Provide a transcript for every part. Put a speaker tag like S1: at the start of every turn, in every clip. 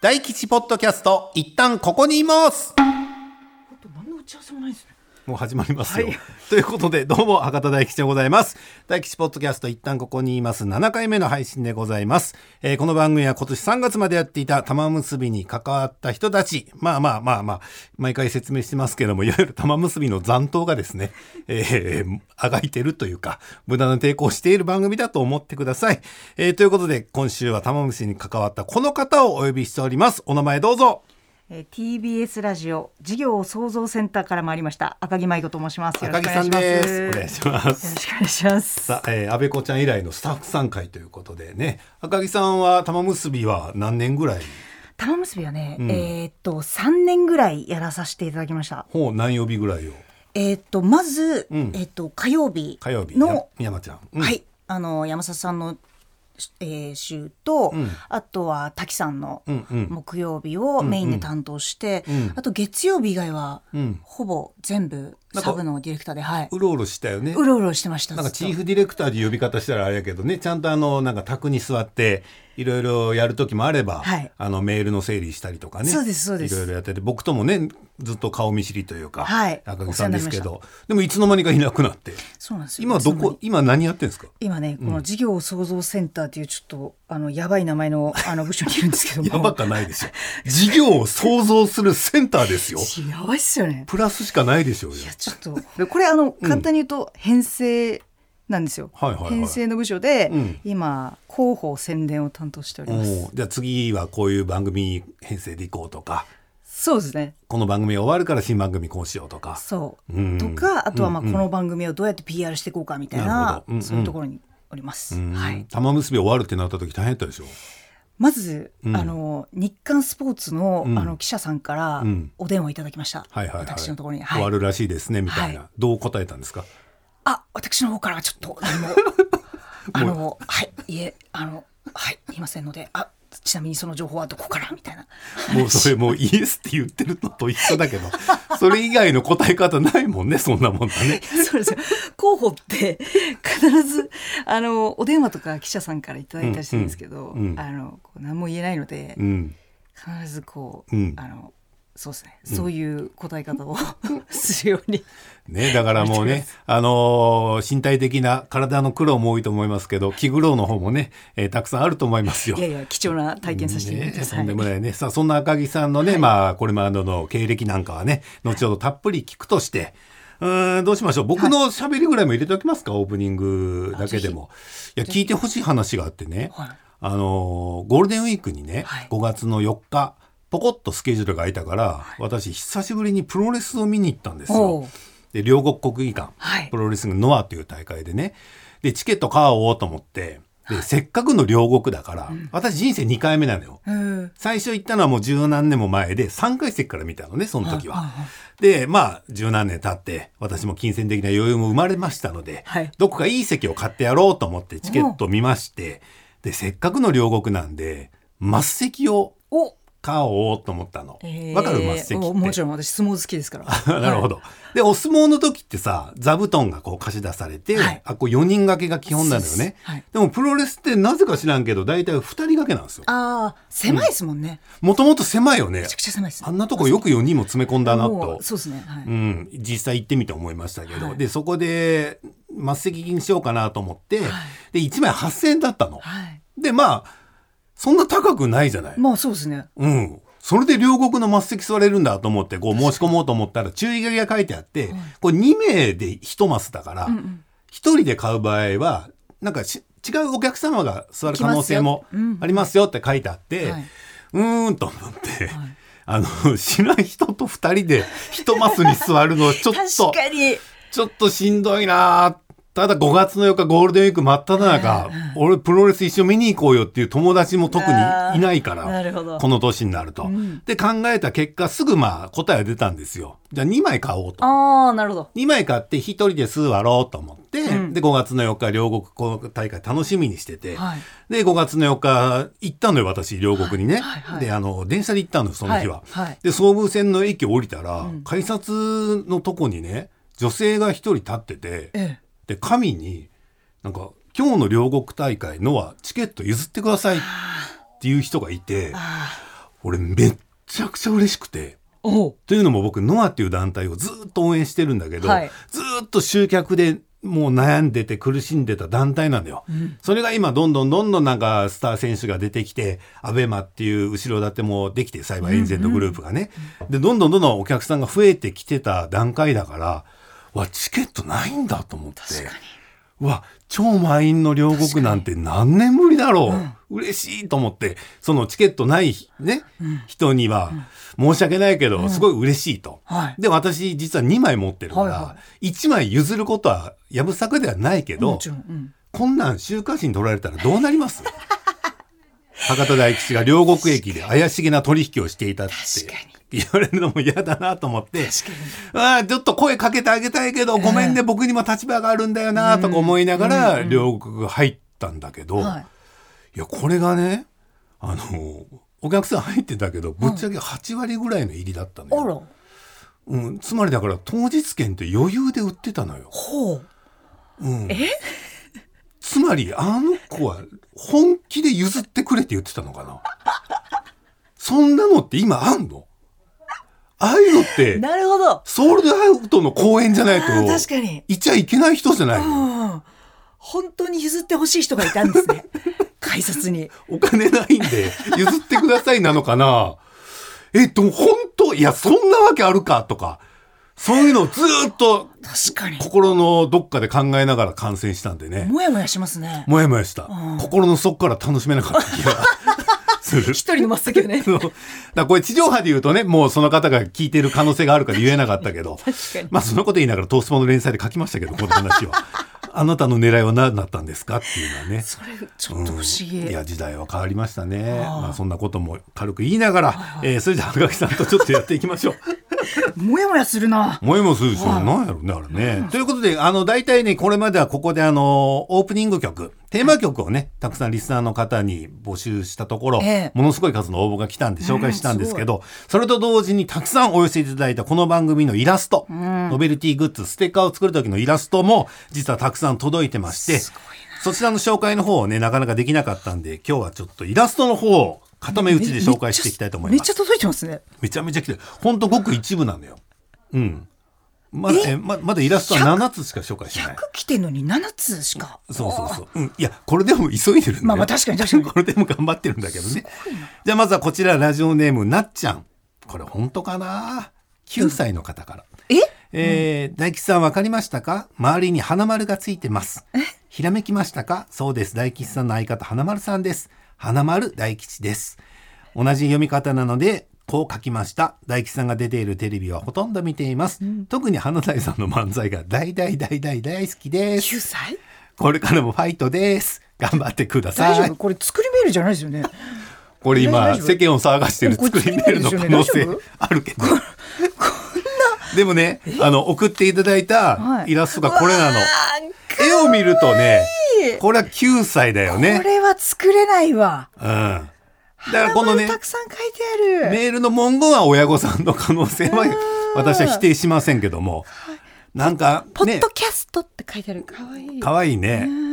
S1: 大吉ポッドキャスト、一旦ここにいます
S2: 何の打ち合わせもないですね。
S1: もう始まりますよ。
S2: はい
S1: ということで、どうも、博多大吉でございます。大吉ポッドキャスト、一旦ここにいます。7回目の配信でございます。えーこの番組は今年3月までやっていた玉結びに関わった人たち、まあまあまあまあ、毎回説明してますけども、いわゆる玉結びの残党がですね、えー、あがいてるというか、無駄な抵抗をしている番組だと思ってください。えーということで、今週は玉結びに関わったこの方をお呼びしております。お名前どうぞ。
S2: えー TBS ラジオ事業創造センターから参りました赤木舞子と申します。よろ
S1: 赤木
S2: し
S1: さ
S2: くお願い
S1: ん
S2: しま
S1: です。お
S2: よ
S1: 願
S2: ろ
S1: い
S2: し
S1: します。
S2: くお願いします。
S1: さあ、えー、安倍子ちゃん以来のスタッフさん会ということでね、赤木さんは玉結びは何年ぐらい、
S2: 玉結びはね、
S1: ん
S2: えーっと三年ぐらいやらさせていただきました。
S1: ほう何曜日ぐらいを
S2: えーっとまず、
S1: うん
S2: えーっと火曜日
S1: 火曜日や
S2: の、
S1: 山ちゃん。うん
S2: はいあの山里さんの、えー、週と、
S1: うん
S2: あとは滝さんの
S1: うんうん。
S2: 木曜日をメインで担当して、
S1: うん
S2: あと月曜日以外は、
S1: うん
S2: ほぼ全部
S1: なんか
S2: サブのディレクターではいう
S1: ろうろしたよね。
S2: うろうろしてました
S1: なんかチ
S2: ず
S1: ー
S2: っと
S1: フディレクターで呼び方したらあれやけどね、ちゃんとあの、なんか卓に座って、いろいろやる時もあれば、
S2: はい
S1: あの、メールの整理したりとかね。
S2: そうですそうです
S1: いろいろやってて、僕ともね、ずっと顔見知りというか、
S2: はい
S1: 赤木さんですけ
S2: お世話
S1: ど、でもいつの間にかいなくなって。
S2: そうなんですよ
S1: 今ど
S2: いつの間
S1: こ
S2: に、
S1: 今何やってんですか
S2: 今ねこの事業創造センターっていうちょっとあのやばい名 前のあの部署にいるんですけども
S1: やばかないでしょ。事業を創造するセンターですよ。
S2: やばいっすよね
S1: プラスしかないでしょうよ
S2: い。やちょっとでこれあの簡単に言うと編成なんですよ、
S1: はいはいはい
S2: 編成の部署で、
S1: うん
S2: 今広報宣伝を担当しており
S1: お
S2: ます
S1: ーじゃあ次はこういう番組編成でいこうとか、
S2: そうですね
S1: この番組が終わるから新番組こうしようとか。
S2: そう、
S1: うん
S2: とかあとはまあ
S1: うん
S2: こ
S1: うん
S2: の番組をどうやって PR していこうかみたい
S1: なる
S2: な
S1: ほどうんうん
S2: そういうところにおります、
S1: うん
S2: はい、
S1: 玉結び終わるってなった時大変やったでしょ。
S2: まず、
S1: うん
S2: あの日刊スポーツの,、
S1: うん
S2: あの記者さんから
S1: うん
S2: お電話いただきました、
S1: はいはいはい。
S2: 私のところに、
S1: 終
S2: は
S1: わ
S2: い、
S1: るらしいですねみたいな。
S2: は
S1: どう答えたんですか。
S2: あ私の方からはちょっと何も あのはいいえあのはい言いませんのであちなみにその情報はどこからみた いな
S1: もうそれもうイエスって言ってるのと一緒だけど、それ以外の答え方ないもんねそんなもんだね。
S2: そうですよ候補って必ずあのお電話とか記者さんからいただいたりするんですけど、
S1: うんうんうん
S2: あのこう何も言えないので、
S1: うん。
S2: 必ずこう、
S1: うん
S2: あのそうですね、そういう答え方を するように
S1: ね、だからもう ね、あのー身体的な体の苦労も多いと思いますけど、気苦労の方もね、えーたくさんあると思いますよ。
S2: いやいや貴重な体験させていただきま
S1: ね
S2: す、
S1: とんでも
S2: はい
S1: ないね。さあ、そんな赤木さんのね、まあ、これまでの経歴なんかはね、後ほどたっぷり聞くとして、うーん、どうしましょう。僕の喋りぐらいも入れておきますか、オープニングだけでも。いや、聞いてほしい話があってね、
S2: はい
S1: あのーゴールデンウィークにね、
S2: はい
S1: 5月の4日、ポコッとスケジュールが空いたから、私、久しぶりにプロレスを見に行ったんです
S2: お
S1: よ
S2: う。
S1: で、両国国技館。
S2: はい
S1: プロレスリングノアという大会でね。で、チケット買おうと思って、で、せっかくの両国だから、私人生2回目なのよ。
S2: うん
S1: 最初行ったのはもう十何年も前で、3階席から見たのね、その時
S2: はい
S1: は
S2: はいはい。
S1: で、まあ、十何年経って、私も金銭的な余裕も生まれましたので、
S2: はい
S1: どこかいい席を買ってやろうと思ってチケット見まして、で、せっかくの両国なんで、末席を
S2: お
S1: 買おうと思ったの。わ、かる末席っ
S2: お
S1: て。
S2: もちろん私相撲好きですから
S1: なるほ
S2: ど
S1: ど。で、お相撲の時ってさ、座布団がこう貸し出されて、
S2: はい
S1: あ、こう4人掛けが基本なんだよね。
S2: はい
S1: でもプロレスってなぜか知らんけど、大体2人掛けなんですよ。
S2: ああ狭いですもんね、
S1: もともと狭いよね
S2: めちゃ。くちゃ狭いです
S1: あんなとこよく4人も詰め込んだな
S2: も
S1: と
S2: う。そうですねはい、
S1: うん、実際行ってみて思いましたけど、
S2: はい
S1: で、そこで、末席にしようかなと思って、
S2: はい
S1: で、1枚8000円だったの。
S2: はい
S1: で、まあ、そんな高くないじゃない。
S2: まあそうですね
S1: うん。それで両国の末席座れるんだと思って、こう申し込もうと思ったら注意書きが書いてあって、これ2名で1マスだから、1人で買う場合は、なんかし違うお客様が座る可能性も
S2: 来ますようん
S1: ありますよって書いてあって、
S2: はいう
S1: ーんと思って、あの、知らん人と2人で1マスに座るのちょっ
S2: 確
S1: と、
S2: かに
S1: ちょっとしんどいなあただ5月の4日ゴールデンウィーク真っ只中、俺プロレス一緒見に行こうよっていう友達も特にいないから、
S2: あーなるほど
S1: この年になると。で考えた結果すぐまあ答えは出たんですよ。じゃあ2枚買おうと。
S2: ああなるほど
S1: 2枚買って1人で数割ろうと思って、
S2: うん
S1: で5月の4日両国この大会楽しみにしてて、
S2: はい
S1: で5月の4日行ったのよ私両国にね、
S2: はいはい
S1: であの電車で行ったのよその日は、
S2: はいはい
S1: で総武線の駅降りたら、
S2: ん
S1: 改札のとこにね女性が一人立ってて
S2: ええ
S1: で紙になんか「今日の両国大会のはチケット譲ってください」っていう人がいて
S2: ああ
S1: 俺めっちゃくちゃ嬉しくて。
S2: おう
S1: というのも僕ノアっていう団体をずっと応援してるんだけど、
S2: はい
S1: ずっと集客でもう悩んでて苦しんでた団体なんだよ、それが今どんどんどんどんなんかスター選手が出てきてアベマっていう後ろ盾もできてサイバーエージェントグループがね、でどんどんどんどんお客さんが増えてきてた段階だからわチケットないんだと思ってうわ超満員の両国なんて何年ぶりだろう、嬉しいと思ってそのチケットない、ね人には申し訳ないけど、すごい嬉しいと。
S2: はい
S1: で私実は2枚持ってるから、
S2: はいは
S1: 1枚譲ることはやぶさかではないけど、
S2: もちろん、うん、
S1: こんなん週刊誌に取られたらどうなります 博多大吉が両国駅で怪しげな取引をしていたって
S2: 確か
S1: 言われるのも嫌だなと思って
S2: 確かに
S1: あーちょっと声かけてあげたいけど、ごめんね僕にも立場があるんだよなとか思いながら、両国入ったんだけど、
S2: はい
S1: いやこれがねあのお客さん入ってたけどぶっちゃけ8割ぐらいの入りだったのよ。
S2: あら
S1: うん、つまりだから当日券って余裕で売ってたのよ。
S2: ほう
S1: うん、 つまりあの子は本気で譲ってくれって言ってたのかな。そんなのって今あんのああいうのって
S2: なるほど
S1: ソールドアウトの公演じゃないと
S2: あー確かに
S1: いちゃいけない人じゃないの
S2: うん本当に譲ってほしい人がいたんです ね改札に
S1: お金ないんで譲ってくださいなのかな。えっと本当いやそんなわけあるかとかそういうのをずーっと
S2: 確かに
S1: 心のどっかで考えながら観戦したんでね。
S2: もやもやしますね
S1: もやもやした、
S2: うん
S1: 心の底から楽しめなかった気がする。
S2: 一人の真っ先よね
S1: そうだからこれ地上波で言うとねもうその方が聞いてる可能性があるから言えなかったけど
S2: 確かに
S1: まあそのこと言いながらトースポの連載で書きましたけどこの話は あなたの狙いは何だったんですかっていうのはね
S2: それちょっと不思議、
S1: うんいや時代は変わりましたね
S2: ああ
S1: まあそんなことも軽く言いながら、えーそれじゃあ赤木さんとちょっとやっていきましょう。
S2: もやもやするな
S1: もやもやするでしょ。
S2: はい
S1: なんやろね、あれね。ということで、あの、大体ね、これまではここであの、オープニング曲、テーマ曲をね、たくさんリスナーの方に募集したところ、
S2: ええ
S1: ものすごい数の応募が来たんで紹介したんですけど、それと同時にたくさんお寄せいただいたこの番組のイラスト、ノベルティグッズ、ステッカーを作る時のイラストも、実はたくさん届いてまして、そちらの紹介の方をね、なかなかできなかったんで、今日はちょっとイラストの方を固め打ちで紹介していきたいと思い
S2: めっ
S1: ます
S2: ちゃ。届いてますね
S1: めちゃめちゃ来てる。ほんとごく一部なのよ。うん。まだ、えままだイラストは7つしか紹介してない。
S2: 100来てんのに7つしか
S1: そうそうそう。うん。いや、これでも急いでるんだよ。
S2: まあまあ確かに確かに
S1: これでも頑張ってるんだけどね。じゃあまずはこちらラジオネーム、なっちゃん。これ本当かな ?9 歳の方から。
S2: え
S1: えー大吉さん分かりましたか周りに花丸がついてます。ひらめきましたかそうです。大吉さんの相方、花丸さんです。花丸大吉です。同じ読み方なので、こう書きました。大吉さんが出ているテレビはほとんど見ています。特に花大さんの漫才が大大大大大好きです。
S2: 9歳
S1: これからもファイトです。頑張ってくださ
S2: 大丈
S1: い
S2: 夫。これ作りメールじゃないですよね
S1: これ今、
S2: 大丈夫
S1: 世間を騒がしてる作りメールの可能性
S2: これ
S1: あるけど。でもね、あの、送っていただいた
S2: はい
S1: イラストがこれなの。
S2: あ
S1: 絵を見るとね
S2: い、
S1: これは9歳だよ
S2: ー
S1: ね
S2: こ。れは作れないわ
S1: うん。だからこのね
S2: 名前、たくさん書いてある
S1: メールの文言は親御さんの可能性は私は否定しませんけども、なんか
S2: ポッ
S1: ね
S2: ド、キャストって書いてあるかわいい
S1: かわいいね。
S2: うん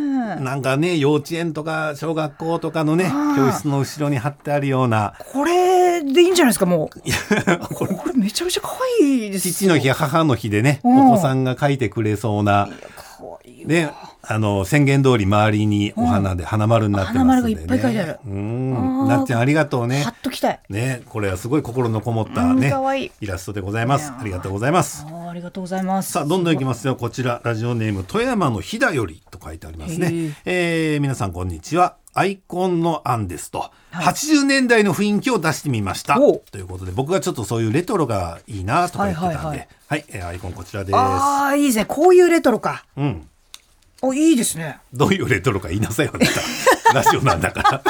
S1: なんかね、幼稚園とか小学校とかのね、
S2: あー
S1: 教室の後ろに貼ってあるような、
S2: これでいいんじゃないですかもう
S1: いやこれ
S2: これめちゃめちゃ可愛いです
S1: 父の日や母の日でね、
S2: うん
S1: お子さんが書いてくれそうな、
S2: 可愛いわ
S1: ね、あの、宣言通り周りにお花で花丸になってますんでね。
S2: うん花丸がいっぱい書いてある
S1: うん。
S2: あー
S1: なっちゃんありがとうね
S2: は。っときたい
S1: ね、これはすごい心のこもった
S2: う
S1: ね
S2: んかわいい、
S1: イラストでございます。ありがとうございます
S2: あ。ーありがとうございます
S1: さあ、どんどんいきますよ。こちら、ラジオネーム、富山のひだよりと書いてありますね。えー、皆さんこんにちは。アイコンの案ですと、80年代の雰囲気を出してみました。
S2: おう
S1: ということで、僕がちょっとそういうレトロがいいなとか言ってたんで、は
S2: はいいはいはい
S1: えーアイコンこちらです。
S2: ああいいですねこういうレトロか
S1: うん。
S2: おいいですね
S1: どういうレトロか言いなさいよ、あな たラジオなんだから。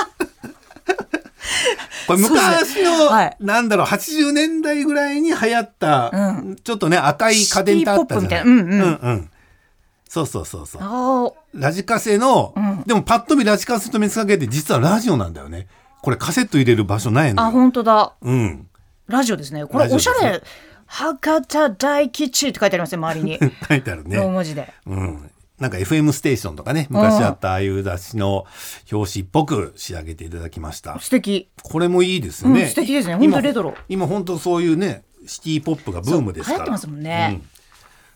S1: これ昔
S2: そうですねは
S1: の
S2: い、
S1: なんだろう、80年代ぐらいに流行った
S2: う、
S1: ちょっとね、赤い家電ってあったじゃない。
S2: シティポップみたいな
S1: うんうんそうそうそうそう。
S2: ああ
S1: ラジカセの、でもパッと見ラジカセと見せかけて、実はラジオなんだよね。これカセット入れる場所ないの
S2: あ
S1: よ。
S2: 本当だ
S1: うん。
S2: ラジオですねこれ
S1: ラジオ
S2: お
S1: で
S2: し
S1: すね
S2: ゃ れ博多大吉って書いてありますね周りに
S1: 書いてあるね。
S2: ローマ字で
S1: うん、なんか FM ステーションとかね、昔あったああいう雑誌の表紙っぽく仕上げていただきました。
S2: 素敵。
S1: これもいいです
S2: う
S1: ね。
S2: ん素敵ですねほんと
S1: 今
S2: レトロ
S1: 今本当そういうね、シティポップがブームです
S2: 流
S1: から。
S2: 行ってますもんね。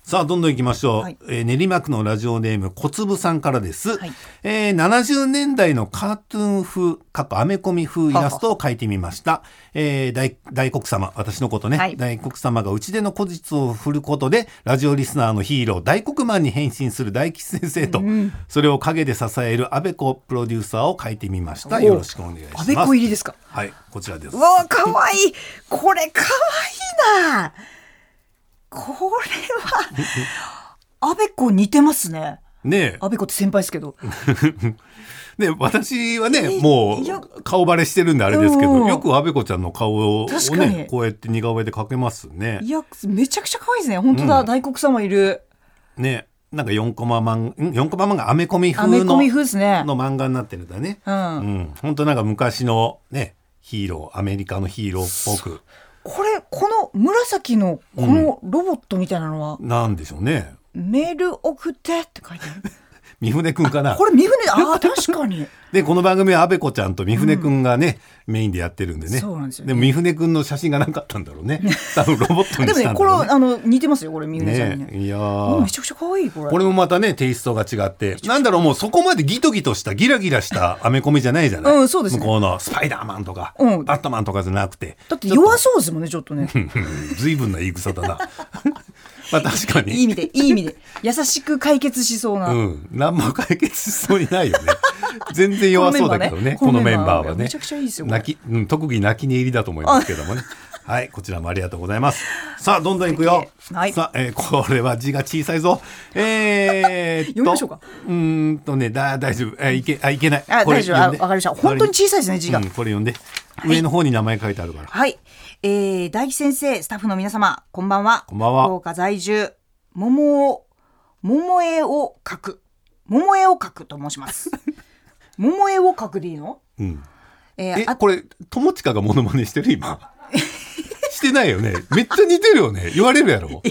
S1: さあ、どんどん行きましょう。
S2: はい
S1: えー練馬区のラジオネーム、小粒さんからです。
S2: はい
S1: えー70年代のカートゥーン風、過去アメコミ風イラストを描いてみました。えー大大黒様、私のことね、
S2: はい
S1: 大黒様がうちでの古実を振ることで、ラジオリスナーのヒーロー、大黒マンに変身する大吉先生と、それを陰で支える安倍子プロデューサーを描いてみました。
S2: お
S1: よろしくお願いしま
S2: ア
S1: す。
S2: ベコ入りですか。
S1: はい、こちらです
S2: う。わあ、かわいい。これ、かわいいな。これは、アベコ似てますね。
S1: ねえ
S2: アベコって先輩ですけど。
S1: ね、私はね、
S2: え
S1: も
S2: いや
S1: う顔バレしてるんであれですけ
S2: う
S1: ど、
S2: ん
S1: よく安倍子ちゃんの顔を
S2: 確かに
S1: ね、こうやって似顔絵で描けますね
S2: い。や、めちゃくちゃ可愛いですね。本当だ、大黒様いる。
S1: ね、なんか4コマ漫画、ん4コマ漫画、アメコミ
S2: ア
S1: 風
S2: メコ
S1: の
S2: ミ風ですね。
S1: の漫画になってるんだね。
S2: う。
S1: うんん、本当なんか昔のね、ヒーロー、アメリカのヒーローっぽく、
S2: これ、この紫の、このロボットみたいなのは、
S1: なんでしょうね。
S2: メール送ってって書いてある。
S1: 三船くんかな
S2: こ。れ、三船、ああ、確かに。
S1: で、この番組は安倍子ちゃんと三船くんがね、メインでやってるんでね。
S2: そうなんですよね
S1: でも三船くんの写真がなかったんだろう ね。多分ロボ ットに
S2: で
S1: し
S2: もね
S1: た、んだ
S2: これ、
S1: ろうね。
S2: あの、似てますよ、これ、三船さんに
S1: ね
S2: ね。
S1: いや
S2: うん
S1: ー
S2: めちゃくちゃ可愛い、これ。
S1: これもまたね、テイストが違って。なんだろう、もうそこまでギトギトした、ギラギラした アメコミじゃないじゃない。
S2: うんそうですね
S1: 向こうのスパイダーマンとか、
S2: うん
S1: バットマンとかじゃなくて。
S2: だって弱そうですもんね、ちょっ とね。
S1: 随分な言い草だな。 まあ確か
S2: いい
S1: に。
S2: 意味で、いい意味で。優しく解決しそうな。
S1: うん。何も解決しそうにないよ ね。全然弱そうだけどね、
S2: こ
S1: こ
S2: の
S1: の
S2: メ
S1: メ
S2: ン
S1: ン
S2: バ
S1: バ
S2: ー
S1: ーはね。
S2: めちゃくちゃいいですよこれ
S1: 泣き、うん、特技泣き寝入りだと思いますけどもね。はい、こちらもありがとうございます。さあ、どんどんいくよ。
S2: はい
S1: さあ、えーこれは字が小さいぞ。えーっと。
S2: 読みましょうか。
S1: うーんとね、だ、大丈夫。えーいけ、あ、いけない。
S2: あ、
S1: これ
S2: 大丈夫。あ
S1: 読んで
S2: わかりました。本当に小さいですね、字が。
S1: うん、これ読んで。上の方に名前書いてあるから。
S2: はい。えー、大吉先生、スタッフの皆様、こんばんは。
S1: こんばんは
S2: 福岡在住、桃を、桃絵を描く。桃絵を描くと申 します。桃絵を描くでいいの
S1: うん。
S2: えー
S1: え、
S2: あ
S1: これ、友近がモノマネしてる今。 してないよね。めっちゃ似てるよね。言われるやろ。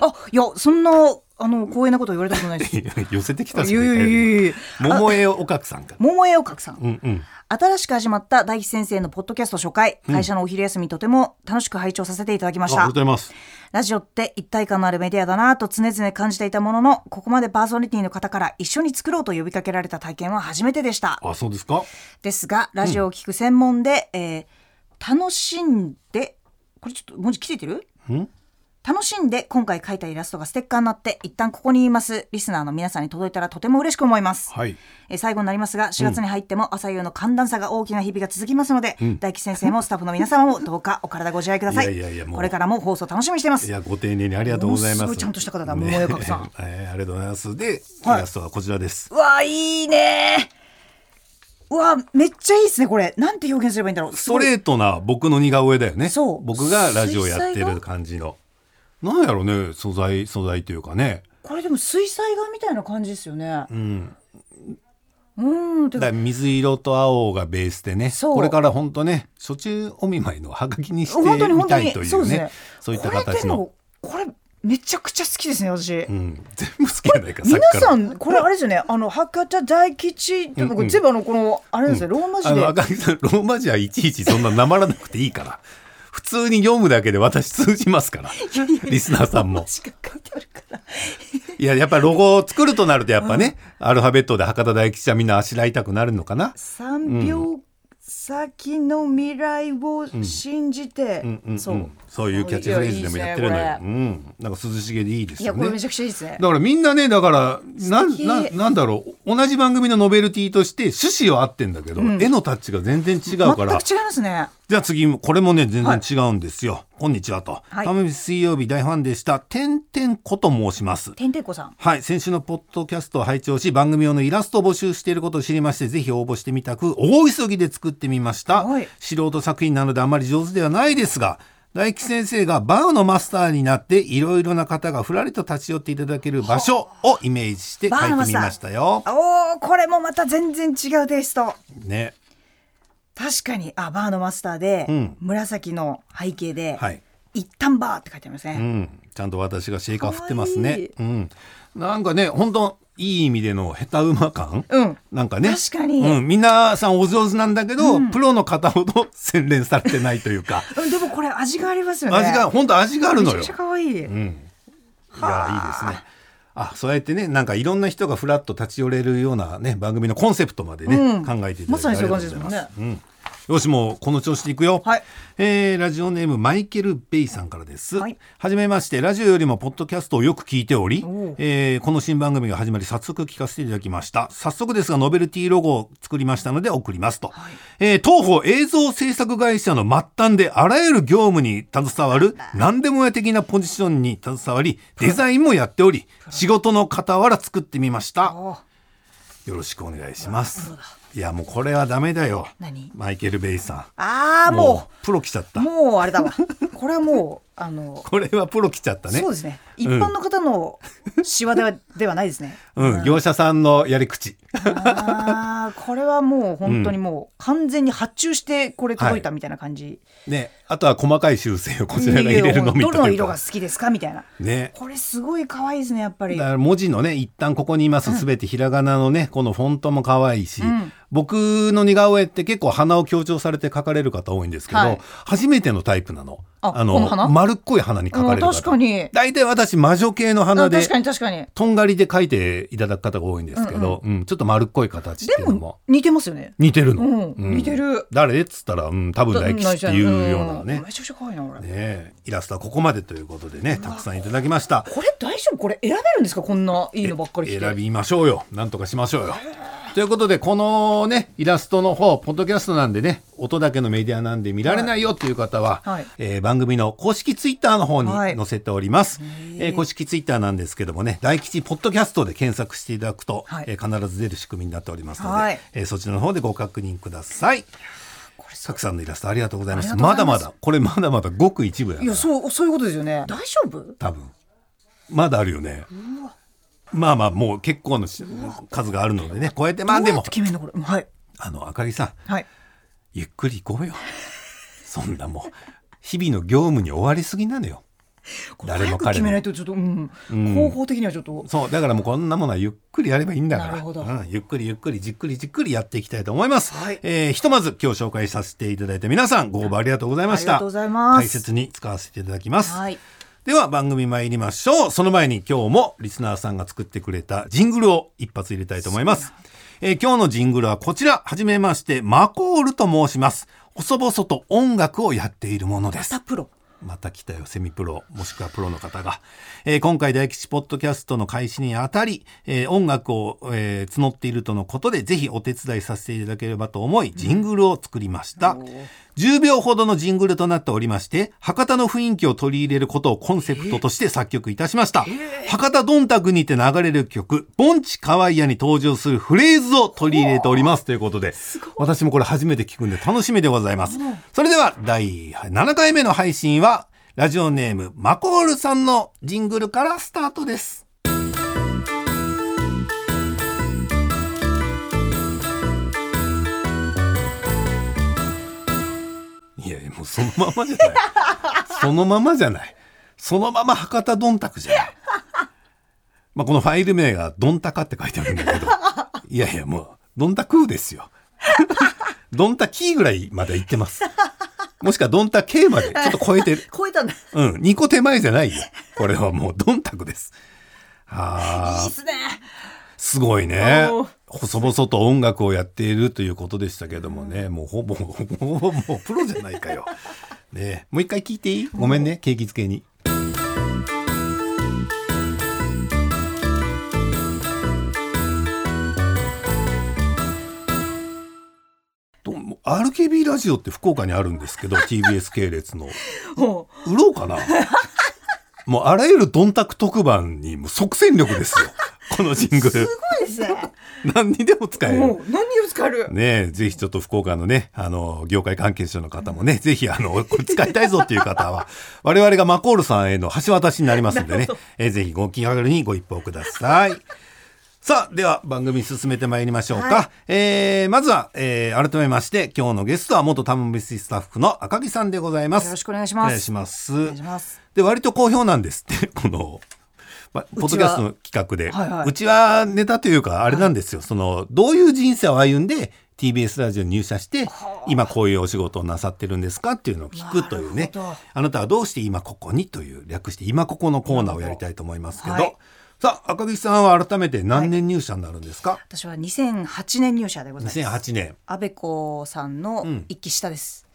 S2: あ、いや、そんな、あの、光栄なこと言われたことないです。 い
S1: 寄せてきた
S2: やいやいや
S1: ね。
S2: いやいや
S1: 桃江おかくさんか。
S2: 桃絵を描くさん。
S1: うんうん。
S2: 新しく始まった大吉先生のポッドキャスト初回、会社のお昼休みとても楽しく拝聴させていただきま
S1: あ
S2: し
S1: りがと
S2: た
S1: うご。ざいます。
S2: ラジオって一体感のあるメディアだなと常々感じていたものの、ここまでパーソナリティの方から一緒に作ろうと呼びかけられた体験は初めてでした。
S1: あ、そうですか。
S2: ですが、ラジオを聞く専門で、えー楽しんで、これちょっと文字切れてる
S1: ん
S2: 楽しんで今回描いたイラストがステッカーになって一旦ここにいますリスナーの皆さんに届いたらとても嬉しく思います、
S1: はい。
S2: えー最後になりますが4月に入っても朝夕の寒暖差が大きな日々が続きますので、大吉先生もスタッフの皆様もどうかお体ご自愛ください
S1: いやいやいやもう
S2: これからも放送楽しみにしてます
S1: いや、ご丁寧にありがとうございます。
S2: ものすごいちゃんとした方だ桃江おかくさん
S1: ね えーありがとうございます。で、イ
S2: はい
S1: ラストはこちらです。
S2: うわいいねうわめっちゃいいですねこれなんて表現すればいいんだろう
S1: ストレートな僕の似顔絵だよね。
S2: そう
S1: 僕がラジオやって
S2: 水彩画
S1: る感じの。なんやろね、素材、素材というかね。
S2: これでも水彩画みたいな感じですよねうんんて
S1: だから
S2: か
S1: 水色と青がベースでね
S2: そう
S1: これから本当ね初中お見舞いのハガキにして
S2: 本当に
S1: み
S2: 本当
S1: たい
S2: に
S1: とい
S2: そう
S1: う
S2: です
S1: ね
S2: ね
S1: そういった
S2: これ
S1: 形
S2: で
S1: の、
S2: もこれめちゃくちゃ好きですね私、
S1: うん、全部好きじゃないかさっ
S2: 皆
S1: きから
S2: さんこれあれですよねあの博多大吉って僕全部あのこのあれなんですよローマ字
S1: あ
S2: で
S1: の赤木さんローマ字はいちいちそんななまらなくていいから普通に読むだけで私通じます からリスナーさんも
S2: しか書いてあるから
S1: いややっぱロゴを作るとなるとやっぱね、アルファベットで博多大吉はみんなあしらいたくなるのかな
S2: 3秒先の未来を信じて、そう、
S1: うんそういうキャッチフレーズでもやってるのよ
S2: いやいいですねこ
S1: うん、なんか涼しげでいいです
S2: いや
S1: よ
S2: これ
S1: ね
S2: めちゃくちゃいいですね
S1: だからみんなねだからな
S2: 敵
S1: ななんだろう同じ番組のノベルティとして趣旨は合ってんだけど、絵のタッチが全然違う
S2: 全
S1: か
S2: く違い
S1: ら
S2: ますね
S1: じゃあ次もこれもね全然違うんですよ。こんにちはと。
S2: はい
S1: たまみ水曜日大ファンでしたてんてんこと申します。
S2: てんてんこさん
S1: はい先週のポッドキャストを拝聴し番組用のイラストを募集していることを知りましてぜひ応募してみたく大急ぎで作ってみました、
S2: はい
S1: 素人作品なのであまり上手ではないですが大吉先生がバーのマスターになっていろいろな方がふらりと立ち寄っていただける場所をイメージして書いてみましたよ。
S2: おおこれもまた全然違うテイスト
S1: ね
S2: 確かにあバーのマスターで、
S1: うん
S2: 紫の背景で、
S1: はい
S2: 一旦バーって書いてあります
S1: う
S2: ね、
S1: ん、ちゃんと私がシェイカー振ってますね。
S2: かわいい
S1: うん、なんかね、本当いい意味での下手馬感、
S2: うん
S1: なんかね
S2: 確かに
S1: うん、皆さんお上手なんだけど、プロの方ほど洗練されてないという か
S2: うんでもこれ味がありますよね
S1: 味が本当味があるの
S2: め
S1: よ
S2: ちゃくちゃ可愛い、
S1: うん、いやいいですねあそうやってねなんかいろんな人がフラッと立ち寄れるようなね番組のコンセプトまでね、
S2: うん
S1: 考えていただいて
S2: まさにそういう感じ
S1: あ
S2: です
S1: り
S2: も
S1: がとうござい
S2: んね
S1: ますうん、よしもうこの調子でいくよ、
S2: はい
S1: えーラジオネームマイケル・ベイさんからです、
S2: は
S1: はいじめましてラジオよりもポッドキャストをよく聞いており
S2: おう、
S1: えーこの新番組が始まり早速聞かせていただきました早速ですがノベルティロゴを作りましたので送りますと、えー当方映像制作会社の末端であらゆる業務に携わる何でも屋的なポジションに携わりデザインもやっており仕事の傍ら作ってみました
S2: おー
S1: よろしくお願いしますいやもうこれはダメだよ
S2: 何
S1: マイケル・ベイさ
S2: ああ
S1: ん
S2: も
S1: うプロ来ちゃった
S2: うもうあれ だわこれはもうあの
S1: これはプロ来ちゃったね
S2: そうですね一般の方のシワでは,、ではないですね
S1: うん、業者さんのやり口。
S2: あーこれはもう本当にもう完全に発注してこれ届いたみたいな感じ、
S1: ね、あとは細かい修正をこちらが入れるのみとい
S2: ど
S1: うか
S2: れの色が好きですかみたいな
S1: ね。
S2: これすごい可愛いですねやっぱ
S1: だ
S2: り
S1: から文字のね、一旦ここにいますすべてひらがなのね、このフォントも可愛いし、
S2: ん
S1: 僕の似顔絵って結構鼻を強調されて描かれる方多いんですけど、
S2: はい
S1: 初めてのタイプなの。
S2: あこの花
S1: の、丸っこい鼻に描かれる
S2: う
S1: 方。
S2: ん確かに
S1: 大体私、魔女系の
S2: あ
S1: 鼻で
S2: 確、かに確かに
S1: とんがりで描いていただく方が多いんですけど、うん、ちょっと丸っこい形ってい
S2: で
S1: うの
S2: も
S1: も。
S2: 似てますよね
S1: 似てるの、
S2: うん似てる
S1: 誰っつったら、うん、多分大吉っていうようなね
S2: ん。めちゃくちゃ可愛いな俺、
S1: ねえイラストはここまでということでねたくさんいただきました
S2: これ大丈夫これ選べるんですかこんないいのばっかり来て
S1: 選びましょうよなんとかしましょうよということでこのねイラストの方ポッドキャストなんでね音だけのメディアなんで見られないよという方は、
S2: はい
S1: えー番組の公式ツイッターの方に
S2: はい
S1: 載せております、えー公式ツイッターなんですけどもね大吉ポッドキャストで検索していただくと、
S2: はい
S1: えー必ず出る仕組みになっておりますので、
S2: はい
S1: えーそちらの方でご確認ください
S2: これ
S1: サクさんのイラストありがとうございます
S2: あ
S1: ま
S2: りがと
S1: だ
S2: うござ
S1: ま
S2: います
S1: だこれまだまだごく一部だか
S2: い
S1: ら
S2: やそうそういうことですよね大丈夫
S1: 多分まだあるよねまあまあもう結構のし数があるのでねこうやってまあで
S2: どうやっ
S1: も
S2: て決めんのこれはい
S1: あのあかりさん
S2: はい
S1: ゆっくり行こうよそんなもう日々の業務に追われすぎなのよ
S2: これ
S1: 誰も
S2: 早く
S1: 彼
S2: 決めな
S1: も
S2: いとちょっとうん広報的にはちょっと
S1: そうだからもうこんなものはゆっくりやればいいんだから
S2: なるほど
S1: うん、ゆっくりゆっくりじっくりじっくりやっていきたいと思います、
S2: はい
S1: えーひとまず今日紹介させていただいた皆さんご応募ありがとうございました
S2: ありがとうございます
S1: 大切に使わせていただきます、
S2: はい
S1: では番組参りましょうその前に今日もリスナーさんが作ってくれたジングルを一発入れたいと思います、えー今日のジングルはこちらはじめましてマコールと申します細々と音楽をやっているもので
S2: ますたプロ
S1: また来たよセミプロもしくはプロの方が、えー今回大吉ポッドキャストの開始にあたり、えー音楽を、えー募っているとのことでぜひお手伝いさせていただければと思いジングルを作りました、10秒ほどのジングルとなっておりまして博多の雰囲気を取り入れることをコンセプトとして作曲いたしました、博多どんたくにて流れる曲「盆地かわいや」に登場するフレーズを取り入れておりますということで私もこれ初めて聞くんで楽しみでございますそれでは第7回目の配信はラジオネームマコールさんのジングルからスタートですいやいやもうそのままじゃないそのままじゃないそのまま博多どんたくじゃないまあ、このファイル名が「どんたか」って書いてあるんだけどいやいやもう「どんたく」ですよ。 どんたきぐらいまで行ってます。もしくはどんたけまでちょっと超えてる。
S2: 超えたんだい
S1: うん、2個手前じゃないよ。これはもうどんたくです。
S2: い
S1: あ
S2: っ
S1: ー
S2: すね
S1: すごいね
S2: おー。
S1: 細々と音楽をやっているということでしたけどもね、もうほぼ、 ほぼ、ほぼもうプロじゃないかよ。ねえもう一回聞いていいごめんね、景気づけに。どうも RKB ラジオって福岡にあるんですけ ど TBS 系列の
S2: もう
S1: 売ろうか なもうあらゆるどんたく特番にもう即戦力ですよこのジングル
S2: すごいです ね
S1: 何にでも使え
S2: も
S1: る
S2: う何にも使える
S1: ねえぜひちょっと福岡のねあの業界関係者の方もねぜひあのこれ使いたいぞっていう方 は我々がマコールさんへの橋渡しになりますんでねえぜひご気軽にご一報ください。さあ、では番組進めてまいりましょうか。
S2: は
S1: えーまずは、えー改めまして、今日のゲストは元タムビススタッフの赤木さんでございます。
S2: よろしくお願いします
S1: お願いします。
S2: お願いします
S1: で割と好評なんですってこのまあ
S2: うちは
S1: ポッドキャストの企画で、
S2: はいはいう
S1: ちはネタというかあれなんですよ、そのどういう人生を歩んで TBS ラジオに入社して
S2: はあ
S1: 今こういうお仕事をなさってるんですかっていうのを聞くというね
S2: なるほど
S1: あなたはどうして今ここにという略して今ここのコーナーをやりたいと思いますけど、
S2: なるほど
S1: さあ赤木さんは改めて何年入社になるんですか、
S2: 私は2008年入社でございます。
S1: 2008年
S2: 安倍子さんの
S1: ん
S2: 一期下です。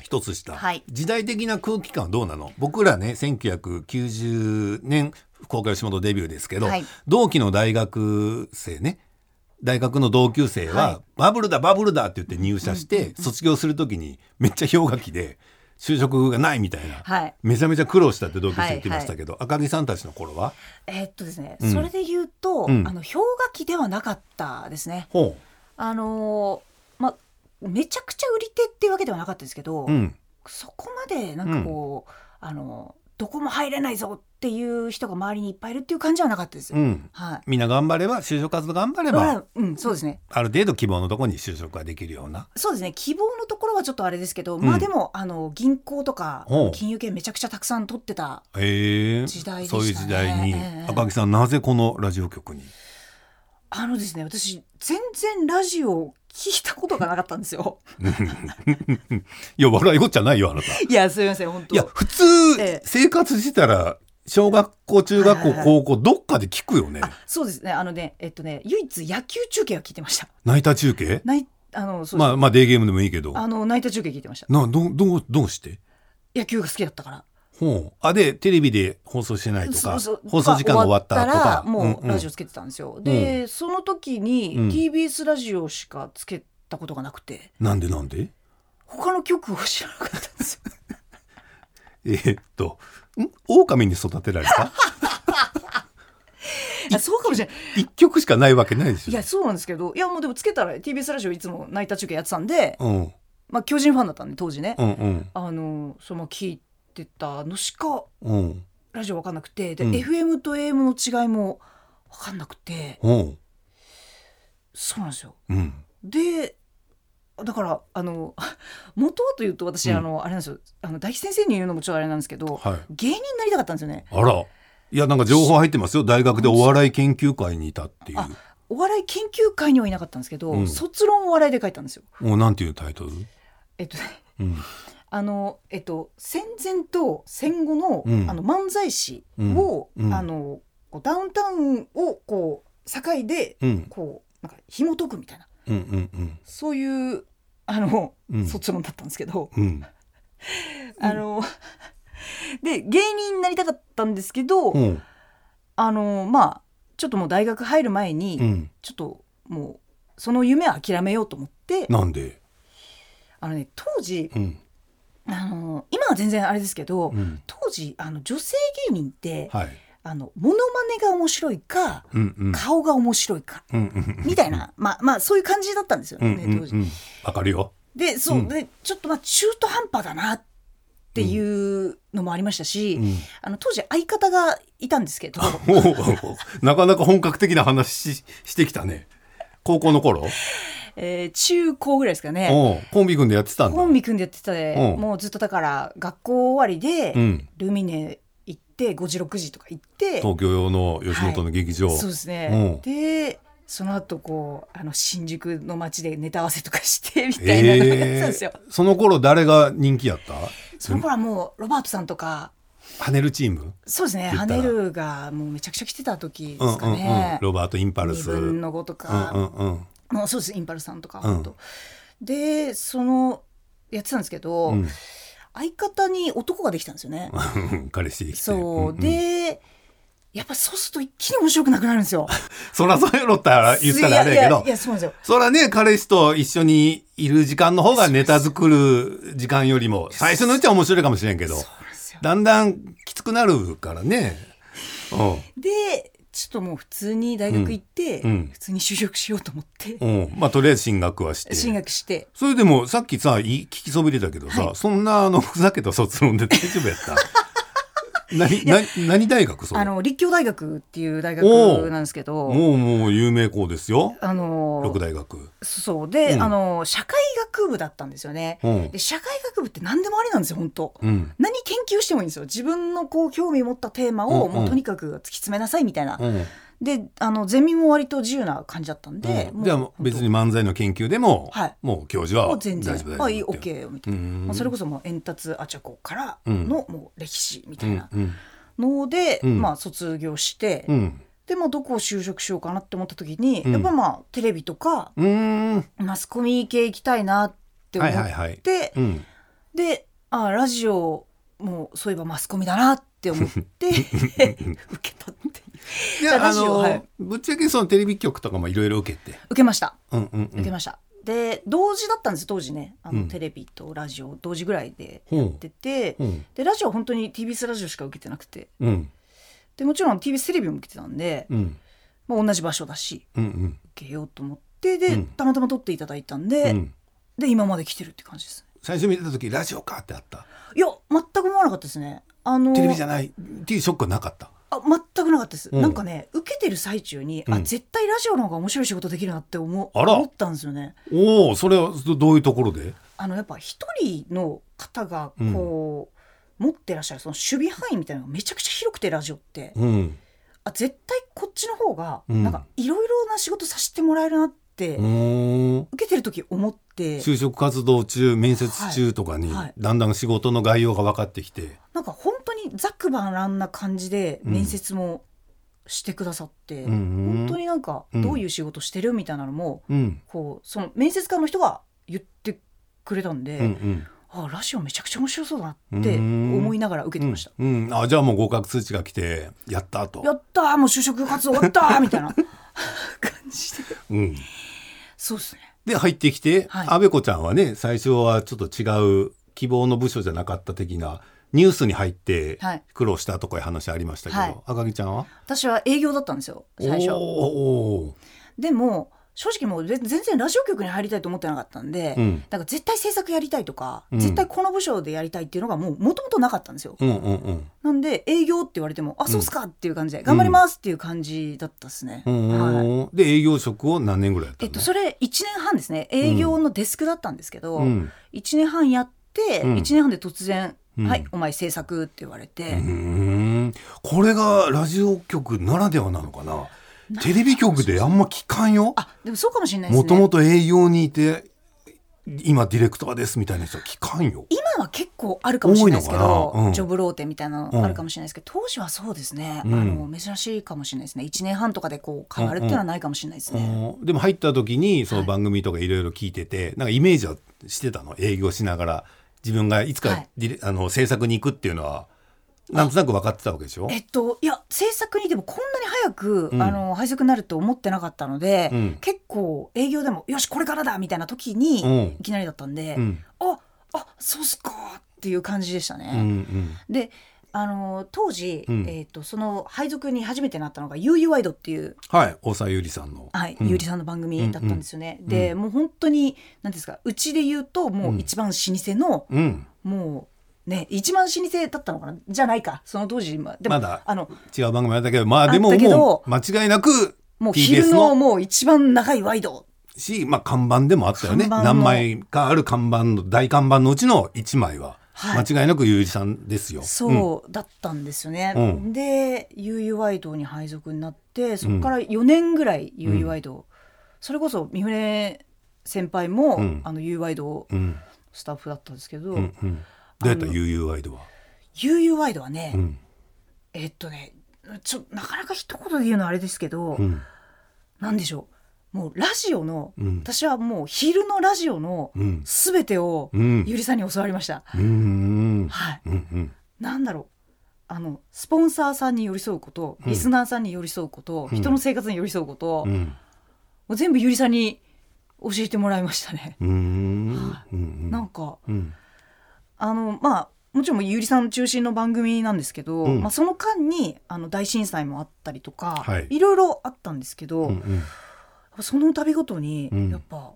S1: 一つ下、
S2: はい
S1: 時代的な空気感はどうなの僕らね1990年福岡吉本デビューですけど、
S2: はい
S1: 同期の大学生ね大学の同級生は、
S2: はい
S1: バブルだバブルだって言って入社して、卒業する時にめっちゃ氷河期で就職がないみたいな、
S2: はい
S1: めちゃめちゃ苦労したって同級生言ってましたけど、赤木さんたちの頃は
S2: えーっとですね、
S1: うん
S2: それで言うと、
S1: うん
S2: あの氷河期ではなかったですね。
S1: ほ
S2: あのーまめちゃくちゃ売り手っていうわけではなかったですけ
S1: う、
S2: ど、
S1: うん、
S2: そこまでなんかこう、あのどこも入れないぞっていう人が周りにいっぱいいるっていう感じはなかったです。
S1: うん、
S2: はい。
S1: みんな頑張れば就職活動頑張れ
S2: だか
S1: ば、
S2: らうん、そうですね。
S1: ある程度希望のところに就職ができるような
S2: そうですね。希望のところはちょっとあれですけど、
S1: ん
S2: まあでもあの銀行とか
S1: おう
S2: 金融系めちゃくちゃたくさん取ってた。
S1: ええ
S2: 時代でした
S1: そう
S2: ね
S1: いう時代に、
S2: ええ
S1: 赤木さんなぜこのラジオ局に
S2: あのですね、私全然ラジオ聞いたことがなかったんですよ。
S1: いや笑いごっちゃないよあなたい
S2: いや、すみません、本当。
S1: や普通、
S2: ええ
S1: 生活してたら小学校中学校
S2: はいはい
S1: 高校どっかで聞くよね
S2: あ、そうですね。あのね、えっとね、唯一野球中継は聞いてました。
S1: 泣いた中継
S2: ない、あの、そうです
S1: まあまあデーゲームでもいいけど
S2: あの、ナイター中継聞いてました。
S1: などうどうどうして
S2: 野球が好きだったから。
S1: ほうあでテレビで放送してないとか
S2: そうそう
S1: 放送時間が終わったと
S2: 終わ
S1: か
S2: らもうラジオ
S1: ん
S2: つけてたんですよ。で、その時に
S1: うん
S2: TBS ラジオしかつけたことがなくて、
S1: うんなんでなんで
S2: 他の曲を知らなかったんですよ。
S1: えーっとん狼に育てられ た
S2: いやそうかもしれない。
S1: 一曲しかないわけないでしょ
S2: いや、そうなんですけど、いや、もうでもつけたら TBS ラジオいつもナイター中継やってたんで、
S1: うん
S2: まあ、巨人ファンだったんで、当時ね。
S1: うんうん
S2: あの、その聞いてたのしか
S1: うん
S2: ラジオわかんなくて、で、
S1: うん
S2: FM と AM の違いもわかんなくて、
S1: うん
S2: そうなんですよ。
S1: うん
S2: でだからあの 元はというと私、
S1: うん
S2: あのあれなんですよあの大吉先生に言うのもちょっとあれなんですけど、
S1: はい
S2: 芸人になりたかったんですよね
S1: あら。いや、なんか情報入ってますよ。大学でお笑い研究会にいたっていう。
S2: あお笑い研究会にはいなかったんですけど、
S1: うん
S2: 卒論をお笑いで書いたんですよ。
S1: もうなんていうタイトル
S2: えっとね
S1: うん。
S2: あのえっと、戦前と戦後の,、
S1: うん
S2: あの漫才師を、
S1: うんうん
S2: あのこうダウンタウンをこう境で
S1: うん。
S2: こうなんか紐解くみたいな
S1: うんうんうん。
S2: そういうあの、
S1: うん
S2: 卒論だったんですけど、
S1: うん。
S2: あの、で、芸人になりたかったんですけど、
S1: うん。
S2: あの、まあ、ちょっともう大学入る前に、
S1: うん。
S2: ちょっともう、その夢は諦めようと思って、
S1: なんで
S2: あのね、当時、
S1: うん。
S2: あの、今は全然あれですけど、
S1: うん。
S2: 当時、あの、女性芸人って、
S1: はい。
S2: あの、モノマネが面白いか、
S1: うんうん。
S2: 顔が面白いか、
S1: うんうん。
S2: みたいな、まあ、まあ、そういう感じだったんですよ
S1: うん
S2: ね、
S1: うん
S2: 当
S1: う
S2: 時。
S1: ん。わかるよ。
S2: で、そうう、
S1: ん
S2: で、ちょっとまあ、中途半端だな、っていうのもありましたし、
S1: うん。
S2: あの当時相方がいたんですけど
S1: おおなかなか本格的な話ししてきたね。高校の頃
S2: えー中高ぐらいですかね
S1: おうコンビ組んでやってたんだ。
S2: コンビ組んでやってたで
S1: うん
S2: もうずっとだから学校終わりで、
S1: うん。
S2: ルミネ行って5時6時とか行って
S1: 東京用の吉本の劇場。
S2: そうですね
S1: うん
S2: でその後こうあの新宿の街でネタ合わせとかし てみたいなのやってたん
S1: え
S2: ですよ、
S1: ーその頃誰が人気やった
S2: その頃はもうロバートさんとか
S1: 跳ねるチーム
S2: そうですね
S1: 言っ
S2: ハ
S1: たら
S2: ネルがもうめちゃくちゃ来てた時で
S1: うん
S2: す
S1: う
S2: か
S1: んうん
S2: ね、
S1: ロバート・インパル
S2: 二
S1: ス。
S2: 分の5とか、
S1: うんうんうん
S2: もうそうですインパルスさんとか、
S1: うん
S2: 本当でそのやってたんですけど、
S1: うん
S2: 相方に男ができたんですよね。
S1: うん彼氏できて
S2: そう、
S1: んん
S2: でやっぱそうすると一気に面白くなくなるんですよ。
S1: そらそうやろったら言ったらあれやけ
S2: いやい
S1: ど
S2: やいやそうなんですよ。
S1: そらね彼氏と一緒にいる時間の方がネタ作る時間よりも最初のうちは面白いかもしれんけど
S2: そうなんですよ。
S1: だんだんきつくなるからね
S2: でちょっともう普通に大学行って、
S1: うんうん
S2: 普通に就職しようと思って、
S1: うん、うん、まあとりあえず進学はして
S2: 進学して
S1: それでもさっきさい聞きそびれたけどさ、
S2: は い
S1: そんなあのふざけた卒論で大丈夫やった何何何大学それ
S2: あの立教大学っていう大
S1: おう
S2: 学なんですけど
S1: もうもう有名校ですよ
S2: あの
S1: 六大学
S2: そうで、
S1: うん
S2: あの社会学部だったんですよね、
S1: うん
S2: で社会学部って何でもありなんですよ本当、
S1: うん
S2: 何研究してもいいんですよ自分のこう興味持ったテーマを、
S1: うん
S2: もうんうとにかく突き詰めなさいみたいな、
S1: うん
S2: であのゼミも割と自由な感じだったんで、
S1: うん、じゃあもう別に漫才の研究でも、
S2: はい
S1: もう教授は
S2: もう
S1: 大丈
S2: 全
S1: 夫
S2: 然
S1: 大丈夫
S2: あいい
S1: って
S2: OK よみた
S1: う
S2: いな、
S1: ん
S2: まあ、それこそもう円達アチャコからのもう歴史みた
S1: う
S2: い
S1: ん
S2: な
S1: うん
S2: ので、
S1: うん
S2: まあ、卒業して、
S1: うん
S2: で、まあ、どこを就職しようかなって思った時に、
S1: うん
S2: やっぱまあテレビとか
S1: うーん
S2: マスコミ系行きたいなって思
S1: はい
S2: って、
S1: はいはいうん
S2: であラジオもそういえばマスコミだなって思って 受けたっていう
S1: いや
S2: ラ
S1: あ
S2: ジオ
S1: の、
S2: はい
S1: ぶっちゃけそのテレビ局とかもいろいろ受けて、
S2: 受けました
S1: うんうんう
S2: 受け
S1: ん、
S2: ました、で同時だったんです当時ねあの、
S1: うん
S2: テレビとラジオ同時ぐらいで
S1: ほ
S2: やっ
S1: う
S2: てて、
S1: ほう
S2: でラジオは本当に TBS ラジオしか受けてなくて
S1: うん
S2: でもちろん TBS テレビも受けてたんで、
S1: うん
S2: まあ、同じ場所だし
S1: うんうん
S2: 受けようと思ってで、
S1: うん
S2: たまたま撮っていただいたんで、
S1: うん
S2: で今まで来てるって感じです
S1: 最初見た時ラジオかってあった
S2: いや全く思わなかったですねあの
S1: テレビじゃないっていうショックはなかった
S2: あ全くなかったです、
S1: うん
S2: なんかね受けてる最中に、
S1: う
S2: あ
S1: ん
S2: 絶対ラジオの方が面白い仕事できるなって思
S1: あら
S2: 思ったんですよね
S1: おおそれはどどういうところで
S2: あのやっぱ一人の方がこう、持ってらっしゃるその守備範囲みたいなのがめちゃくちゃ広くてラジオって、
S1: うん
S2: あ絶対こっちの方が
S1: うん
S2: なんかいろいろな仕事させてもらえるなって、
S1: うーん
S2: 受けてる時思って
S1: 就職活動中面接中とかに、
S2: はいはい
S1: だんだん仕事の概要が分かってきて、
S2: なんか本当にざくばらんな感じで
S1: うん
S2: 面接もしてくださって、
S1: うんうん
S2: 本当になんか
S1: うん
S2: どういう仕事してるみたいなのも、
S1: うん
S2: こうその面接官の人が言ってくれたんで、
S1: うんうん
S2: あラジオめちゃくちゃ面白そうだなって思いながら受けてました。
S1: うん、うんあじゃあもう合格通知が来てやったと
S2: やったーもう就職活動終わったーみたいな感じで
S1: うん、
S2: そうですね
S1: で入ってきて、
S2: はい
S1: 安倍子ちゃんはね最初はちょっと違う希望の部署じゃなかった的なニュースに入って
S2: はい
S1: 苦労したとかいう話ありましたけど、
S2: はい
S1: 赤木ちゃんは
S2: 私は営業だったんですよ最
S1: おー
S2: 初
S1: お
S2: でも正直もう全全然ラジオ局に入りたいと思ってなかったんで、
S1: ーうん
S2: なんか絶対制作やりたいとか、
S1: うん
S2: 絶対この部署でやりたいっていうのがもうもともとなかったんですよ。
S1: うんうんうん
S2: なんで営業って言われても「あそうっすか」っていう感じで「頑張ります」っていう感じだったですね。
S1: うん
S2: はい
S1: で営業職を何年ぐらいやった
S2: え
S1: の
S2: っと、それ1年半ですね営業のデスクだったんですけど、
S1: うん
S2: 1年半やって、
S1: うん
S2: 1年半で突然「
S1: うん
S2: はいお前制作」って言われて、
S1: うーんこれがラジオ局ならではなのかなテレビ局であんま聞かんよ
S2: あでもそうかもしれないです
S1: も
S2: ね。
S1: ともと営業にいて今ディレクターですみたいな人は聞かんよ
S2: 今は結構あるかもしれないですけ
S1: 多いの
S2: ど、
S1: かなうん
S2: ジョブローテみたいなのあるかもしれないですけど、当時はそうですね、
S1: うん
S2: あの珍しいかもしれないですね1年半とかでこう変わるっていうのはないかもしれないですね。
S1: うんでも入った時にその番組とかいろいろ聞いてて、なんかイメージはしてたの営業しながら自分がいつ
S2: は
S1: か
S2: い
S1: ディレ、あの制作に行くっていうのはなんとなく分かってたわけでしょ
S2: えっと、いや制作にでもこんなに早く、
S1: うん
S2: あの配属になると思ってなかったので、
S1: うん
S2: 結構営業でも「よしこれからだ!」みたいな時に、
S1: うん
S2: いきなりだったんで「
S1: うん
S2: ああそうっすか!」っていう感じでした
S1: うんう
S2: ね。
S1: ん
S2: であの当時、
S1: うん
S2: えっとその配属に初めてなったのが「UU ワイド」っていう、
S1: はい大沢ゆりさんの、
S2: はい
S1: うん
S2: ゆうりさんの番組だったんですよね。
S1: ん
S2: で、
S1: う
S2: もう本当に何ですかうちで言うともう一番老舗の、
S1: うん、
S2: もうね一番老舗だったのかなじゃないかその当時今でも
S1: まだ
S2: あの
S1: 違う番組だったけどまあでも
S2: あったけど
S1: もう間違いなく
S2: もう
S1: TBS
S2: 昼の
S1: の
S2: もう一番長いワイド
S1: し、まあ、看板でもあったよね
S2: 看板
S1: 何
S2: の
S1: 枚かある看板の大看板のうちの1枚は、
S2: はい
S1: 間違いなくゆうりさんですよ。うん
S2: そうだったんですよね、
S1: うん
S2: で UU ワイドに配属になってそこから4年ぐらい UU ワイド、それこそ三船先輩も、
S1: うん
S2: あの UU ワイド
S1: うん
S2: スタッフだったんですけど、
S1: うんうん、どうやった UU ワイドは、
S2: UU ワイドはね、
S1: うん
S2: えっとねちょなかなか一言で言うのはあれですけど、
S1: うん
S2: なんでしょうもうラジオの、
S1: うん
S2: 私はもう昼のラジオの
S1: うん
S2: 全てを、
S1: うん
S2: ゆりさんに教わりました。
S1: うんうん
S2: はい
S1: うん
S2: なんだろうあのスポンサーさんに寄り添うこと
S1: うん
S2: リスナーさんに寄り添うこと、
S1: うん
S2: 人の生活に寄り添うこと、
S1: う
S2: も
S1: ん
S2: う全部ゆりさんに教えてもらいましたね。
S1: うんうん
S2: なんか
S1: うん
S2: あのまあもちろんゆりさん中心の番組なんですけど、
S1: うん
S2: まあ、その間にあの大震災もあったりとか、
S1: はい
S2: ろいろあったんですけど、
S1: うんうん
S2: その度ごとに
S1: うん
S2: やっぱ、あ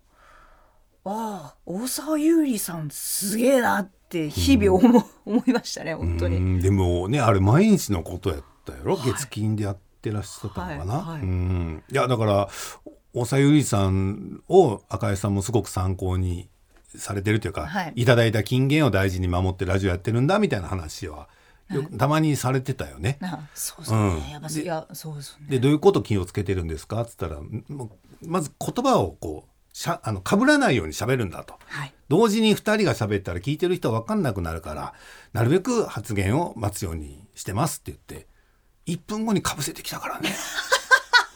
S2: あ大沢優里さんすげえなっって日々思,、思いましたね本当
S1: う
S2: に。
S1: んでもねあれ毎日のことやったやろ、月金でやってらっしゃったのかな、
S2: はいはい
S1: うんいやだからおさゆりさんを赤井さんもすごく参考にされてるというか、
S2: はい
S1: い、ただいた金言を大事に守ってラジオやってるんだみたいな話はよくたまにされてたよね。
S2: なそうですね、
S1: うん
S2: やっぱ
S1: で
S2: いやそうですね。
S1: でどういうこと気をつけてるんですかっつったらもうまず言葉をこうしゃあの被らないように喋るんだと。
S2: はい
S1: 同時に2人が喋ったら聞いてる人は分かんなくなるからなるべく発言を待つようにしてますって言って1分後にかぶせてきたからね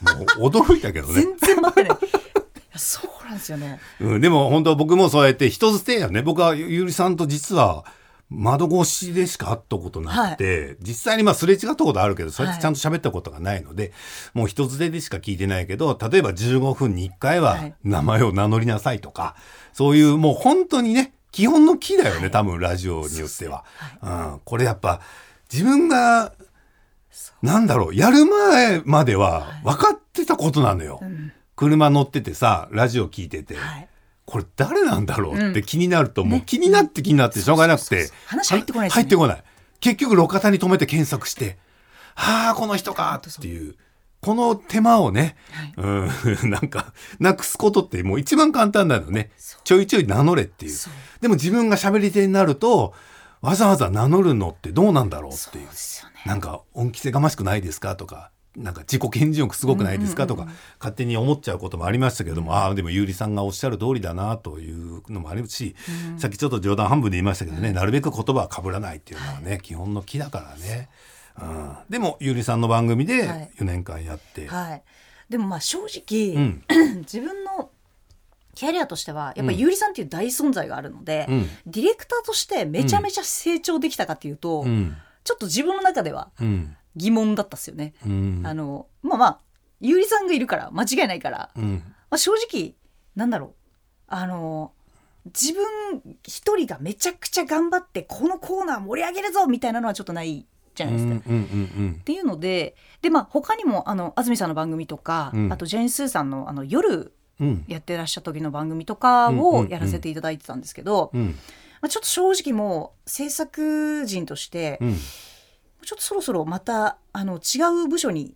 S1: もう驚いたけどね、
S2: 全然待ってない。い やそうなんですよね。
S1: うん、でも本当僕もそうやって人捨てやね僕はゆゆりさんと実は窓越しでしか会ったことなくて、実際にまあすれ違ったことあるけどそうやってちゃんと喋ったことがないので、もう人捨てでしか聞いてないけど例えば15分に1回
S2: は
S1: はい名前を名乗りなさいとか、そういうもう本当にね基本の木だよね、多分ラジオによっては、うん、これやっぱ自分がなんだろうやる前までは分かってたことなのよ、車乗っててさラジオ聞いてて、
S2: はい。
S1: これ誰なんだろうって
S2: うん
S1: 気になると、もう気になって気になってしょうがなく
S2: そうそ
S1: て
S2: うそう話入ってこないです
S1: 入
S2: よね
S1: ってこない結局路肩に止めて検索して「ああこの人か」っていうこの手間をね、うん なんかなくすことってもう一番簡単なのね
S2: そう
S1: ちょいちょい名乗れっていう
S2: そう
S1: でも自分が喋り手になるとわざわざ名乗るのってどうなんだろうっ
S2: そ
S1: て
S2: う
S1: いう
S2: ですよね。
S1: なんか恩着せがましくないですかとかなんか自己顕示欲すごくないですかとか勝手に思っちゃうこともありましたけれども、ああでもゆうりさんがおっしゃる通りだなというのもあるし、さっきちょっと冗談半分で言いましたけどね、なるべく言葉はかぶらないっていうのはね、基本の木だからね。うん、でもゆうりさんの番組で
S2: はい
S1: 4年間やって、
S2: はい。でもまあ正直、
S1: うん
S2: 自分のキャリアとしてはやっぱりゆりさんっていう大存在があるので、
S1: うん
S2: ディレクターとしてめちゃめちゃ成長できたかっていうと、
S1: うん
S2: ちょっと自分の中では
S1: うん
S2: 疑問だったっすよね。
S1: うん
S2: あのまあまあゆりさんがいるから間違いないから、ま
S1: うん
S2: あ、正直なんだろうあの自分一人がめちゃくちゃ頑張ってこのコーナー盛り上げるぞみたいなのはちょっとないじゃ
S1: うん
S2: ないですか。
S1: うんうん
S2: っていうのでで、まあ、他にもあの安住さんの番組とか、
S1: うん
S2: あとジェーン・スーさんのあの夜
S1: うん
S2: やってらっしゃった時の番組とか
S1: うんうんう
S2: を
S1: ん
S2: やらせていただいてたんですけど、
S1: うん
S2: まあ、ちょっと正直もう制作人として、
S1: うん
S2: ちょっとそろそろまたあの違う部署に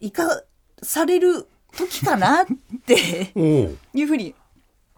S2: 行かされる時かなって
S1: おう
S2: いうふうに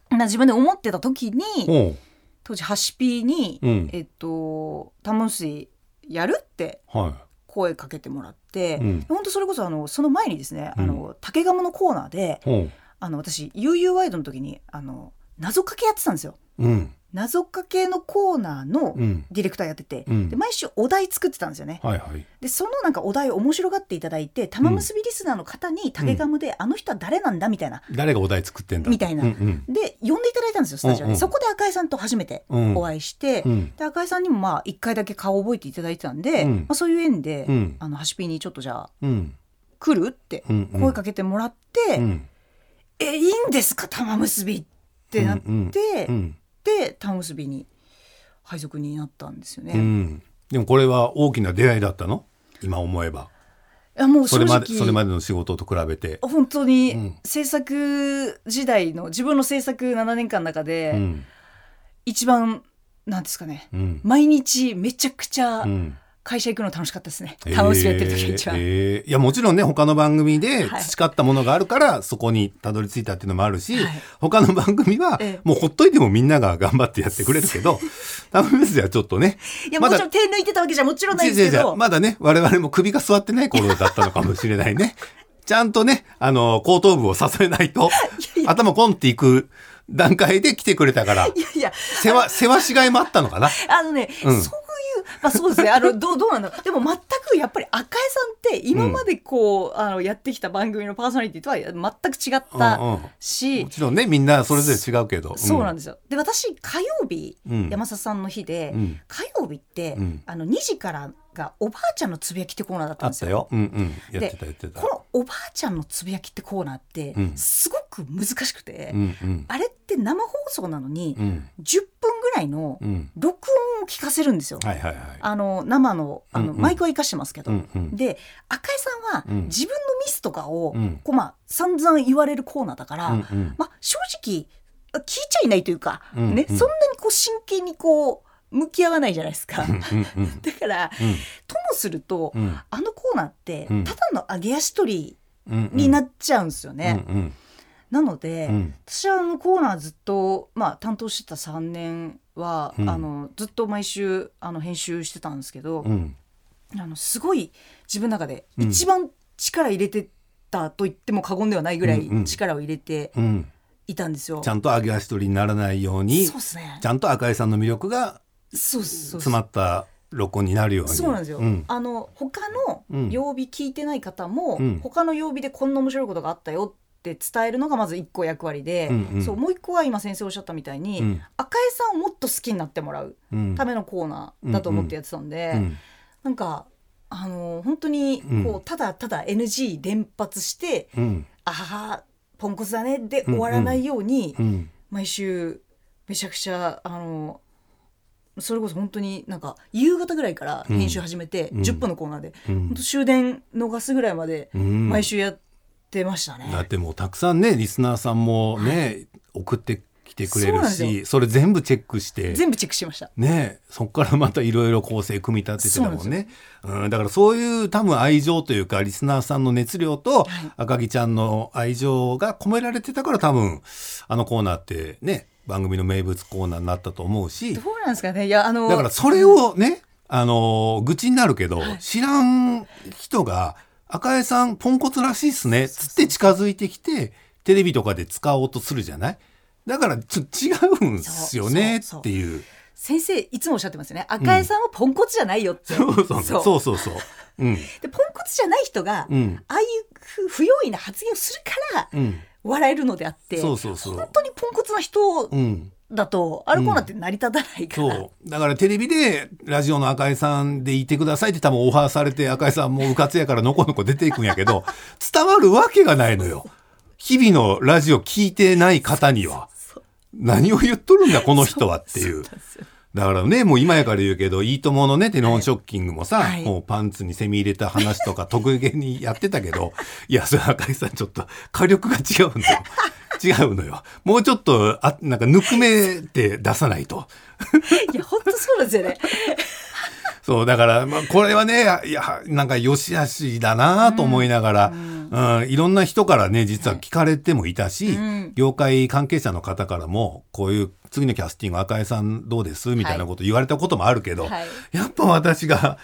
S2: まあ自分で思ってた時に
S1: おう
S2: 当時ハシピーに、
S1: うん
S2: えっと「タモンスイやる?」って
S1: は
S2: 声かけてもらって、
S1: うん
S2: 本当それこそあのその前にですね、
S1: うん
S2: あの竹鴨のコーナーで
S1: いおう
S2: あの私 UU ワイドの時にあの謎かけやってたんですよ
S1: うん
S2: 謎かけのコーナーの
S1: うん
S2: ディレクターやってて、
S1: うん
S2: で毎週お題作ってたんですよね、
S1: はいはい
S2: でそのなんかお題を面白がっていただいて玉結びリスナーの方に竹鴨で、あの人は誰なんだみたいな
S1: 誰がお題作ってんだ
S2: みたいな
S1: うんうん
S2: で呼んでいただいたんですよスタジオ
S1: うん
S2: に、
S1: うん
S2: そこで赤井さんと初めて
S1: うん
S2: お会いして、
S1: うん
S2: で赤井さんにもまあ一回だけ顔覚えていただいてたんで、
S1: うん
S2: まあ、そういう縁で、
S1: うん
S2: あのハシピーにちょっとじゃあ
S1: うん
S2: 来るって
S1: うんうん
S2: 声かけてもらって「
S1: うん
S2: えいいんですか玉結び」ってなって、
S1: うんうんうん
S2: で玉結びに配属になったんですよね。
S1: う
S2: い
S1: んでもこれは大きな出会いだったの今思えば
S2: やもう
S1: そ
S2: 正
S1: れま
S2: 直
S1: でそれまでの仕事と比べて、
S2: 本当に
S1: うん
S2: 制作時代の自分の制作7年間の中
S1: う
S2: で
S1: ん
S2: 一番なんですかね
S1: うん
S2: 毎日めちゃくちゃ
S1: うん
S2: 会社行くの楽しかったですね、
S1: えー
S2: 玉結びやってる時が一番、
S1: えーいやもちろんね他の番組で
S2: はい
S1: 培ったものがあるから、そこにたどり着いたっていうのもあるし、
S2: はい
S1: 他の番組は、
S2: ええ
S1: もうほっといてもみんなが頑張ってやってくれるけ どダブルスではちょっとね
S2: いや
S1: ま
S2: も
S1: だ
S2: ちろん手抜いてたわけじゃもちろんない
S1: 違
S2: で
S1: う
S2: す
S1: 違
S2: け
S1: う違う
S2: ど、
S1: まだね我々も首が座ってない頃だったのかもしれないね ちゃんとねあの後頭部を支えない と頭ポンっていく段階で来てくれたから
S2: いやいや
S1: 世話世話しがいもあったのか な
S2: あのね、
S1: うん
S2: そういう、まあ、そうですね、あの、どう、どうなんだろう。でも、全く、やっぱり、赤江さんって、今まで、こう、あの、やってきた番組のパーソナリティとは、全く違ったし。
S1: もちろんねみんなそれぞれ違うけど
S2: そうなん
S1: で
S2: ですよ。で、私、火曜日、
S1: うん
S2: 山里さんの日で、
S1: うん
S2: 火曜日って、
S1: うん
S2: あの、2時からが、おばあちゃんのつぶやきってコーナーだった
S1: あ
S2: んで
S1: っ
S2: す
S1: た
S2: よ。
S1: よ、うんうん、やってたやってた
S2: このおばあちゃんのつぶやきってコーナーって、
S1: うん
S2: すごく難しくて、
S1: うんうん
S2: あれって生放送なのに、
S1: うん
S2: 10分ぐらいの
S1: うん
S2: 録音を聞かせるんですよ。
S1: はいはいはい
S2: あの生のあの、
S1: うんうん
S2: マイクは生かしてますけど、
S1: うんうん
S2: で赤井さんは
S1: うん
S2: 自分のミスとかを、
S1: うん
S2: こうまあ、散々言われるコーナーだから、
S1: うんうん
S2: まあ、正直聞いちゃいないというか、
S1: うん
S2: ね、
S1: うん
S2: そんなにこう真剣にこう向き合わないじゃないですか。
S1: うんうん
S2: だから、
S1: うん
S2: ともすると、
S1: うん
S2: あのコーナーって、
S1: うん
S2: ただの揚げ足取
S1: うんうん
S2: りになっちゃうんですよね。
S1: うんうん
S2: なので、
S1: うん
S2: 私はあのコーナーずっと、まあ、担当してた3年は、
S1: うん
S2: あのずっと毎週あの編集してたんですけど、
S1: うん
S2: あのすごい自分の中で
S1: うん
S2: 一番力入れてたと言っても過言ではないぐらい
S1: うんうん
S2: 力を入れて
S1: うん
S2: いたんですよ。
S1: ちゃんと揚げ足取りにならないように
S2: そうですね
S1: ち。ゃんと赤井さんの魅力が
S2: そうそうそ
S1: 詰
S2: う
S1: まった録音になるように
S2: そうなんですよ、
S1: うん
S2: あの他
S1: う
S2: の
S1: ん
S2: 曜日聞いてない方も、
S1: うん
S2: 他の曜日でこんな面白いことがあったよって伝えるのがまず一個役割で、
S1: うんうん
S2: そうもう一個は今先生おっしゃったみたいに、
S1: うん
S2: 赤江さんをもっと好きになってもらう
S1: うん
S2: ためのコーナーだと思ってやってたんで、
S1: うん
S2: なんかあの本当にこう、
S1: うん
S2: ただただ NG 連発して
S1: うん
S2: 「あははポンコツだね」で終わらないように、
S1: うん
S2: 毎週めちゃくちゃあのそれこそ本当になんか夕方ぐらいから編集始めて、
S1: うん
S2: 10分のコーナーで、
S1: う
S2: 本
S1: ん
S2: 当終電逃すぐらいまで
S1: うん
S2: 毎週やってましたね。
S1: だってもうたくさんねリスナーさんもね送ってきてくれ
S2: そ
S1: る
S2: うなんですよ
S1: しそれ全部チェックして
S2: 全部チェックしました
S1: ねそこからまたいろいろ構成組み立ててたも
S2: そ
S1: ん
S2: うなん
S1: ねうん、だからそういう多分愛情というかリスナーさんの熱量と
S2: はい
S1: 赤木ちゃんの愛情が込められてたから多分あのコーナーってね番組の名物コーナーになったと思うし
S2: どうなんですかねいやあの
S1: だからそれをね、あのー愚痴になるけど、知らん人が「赤江さんポンコツらしいっすね」つって近づいてきてテレビとかで使おうとするじゃないだからちょっと違うんすよね
S2: そうそうそう
S1: っていう
S2: 先生いつもおっしゃってますよね赤江さんはポンコツじゃないよって、
S1: そうそうそうそうそうそううん
S2: でポンコツじゃない人が、
S1: うん
S2: ああいうふ不用意な発言をするから
S1: うん
S2: 笑えるのであって、
S1: そうそうそう
S2: 本当にポンコツな人
S1: うん
S2: だと、あるコーナーって成り立たないから、
S1: そうだからテレビでラジオの赤井さんでいてくださいって多分オファーされて赤井さんもううかつやからのこのこ出ていくんやけ ど伝わるわけがないのよ日々のラジオ聞いてない方には何を言っとるんだこの人はっていう
S2: そうなんですよ
S1: だからねもう今やから言うけど「いいとも!」のねテレフォンショッキングもさ、
S2: はい
S1: もうパンツにセミ入れた話とか得意げにやってたけどいやそれ赤井さんちょっと火力が違うんだよ。違うのよ。もうちょっと、あ、なんか、ぬくめって出さないと。
S2: いや本当そうなんですよね
S1: そう、だから、まあ、これはね、いや、なんか、よしあしだなと思いながら、うん、いろんな人からね、実は聞かれてもいたし、
S2: ん
S1: 業界関係者の方からも、こういう、次のキャスティング、赤江さんどうですみたいなこと言われたこともあるけど、
S2: はい
S1: やっぱ私が、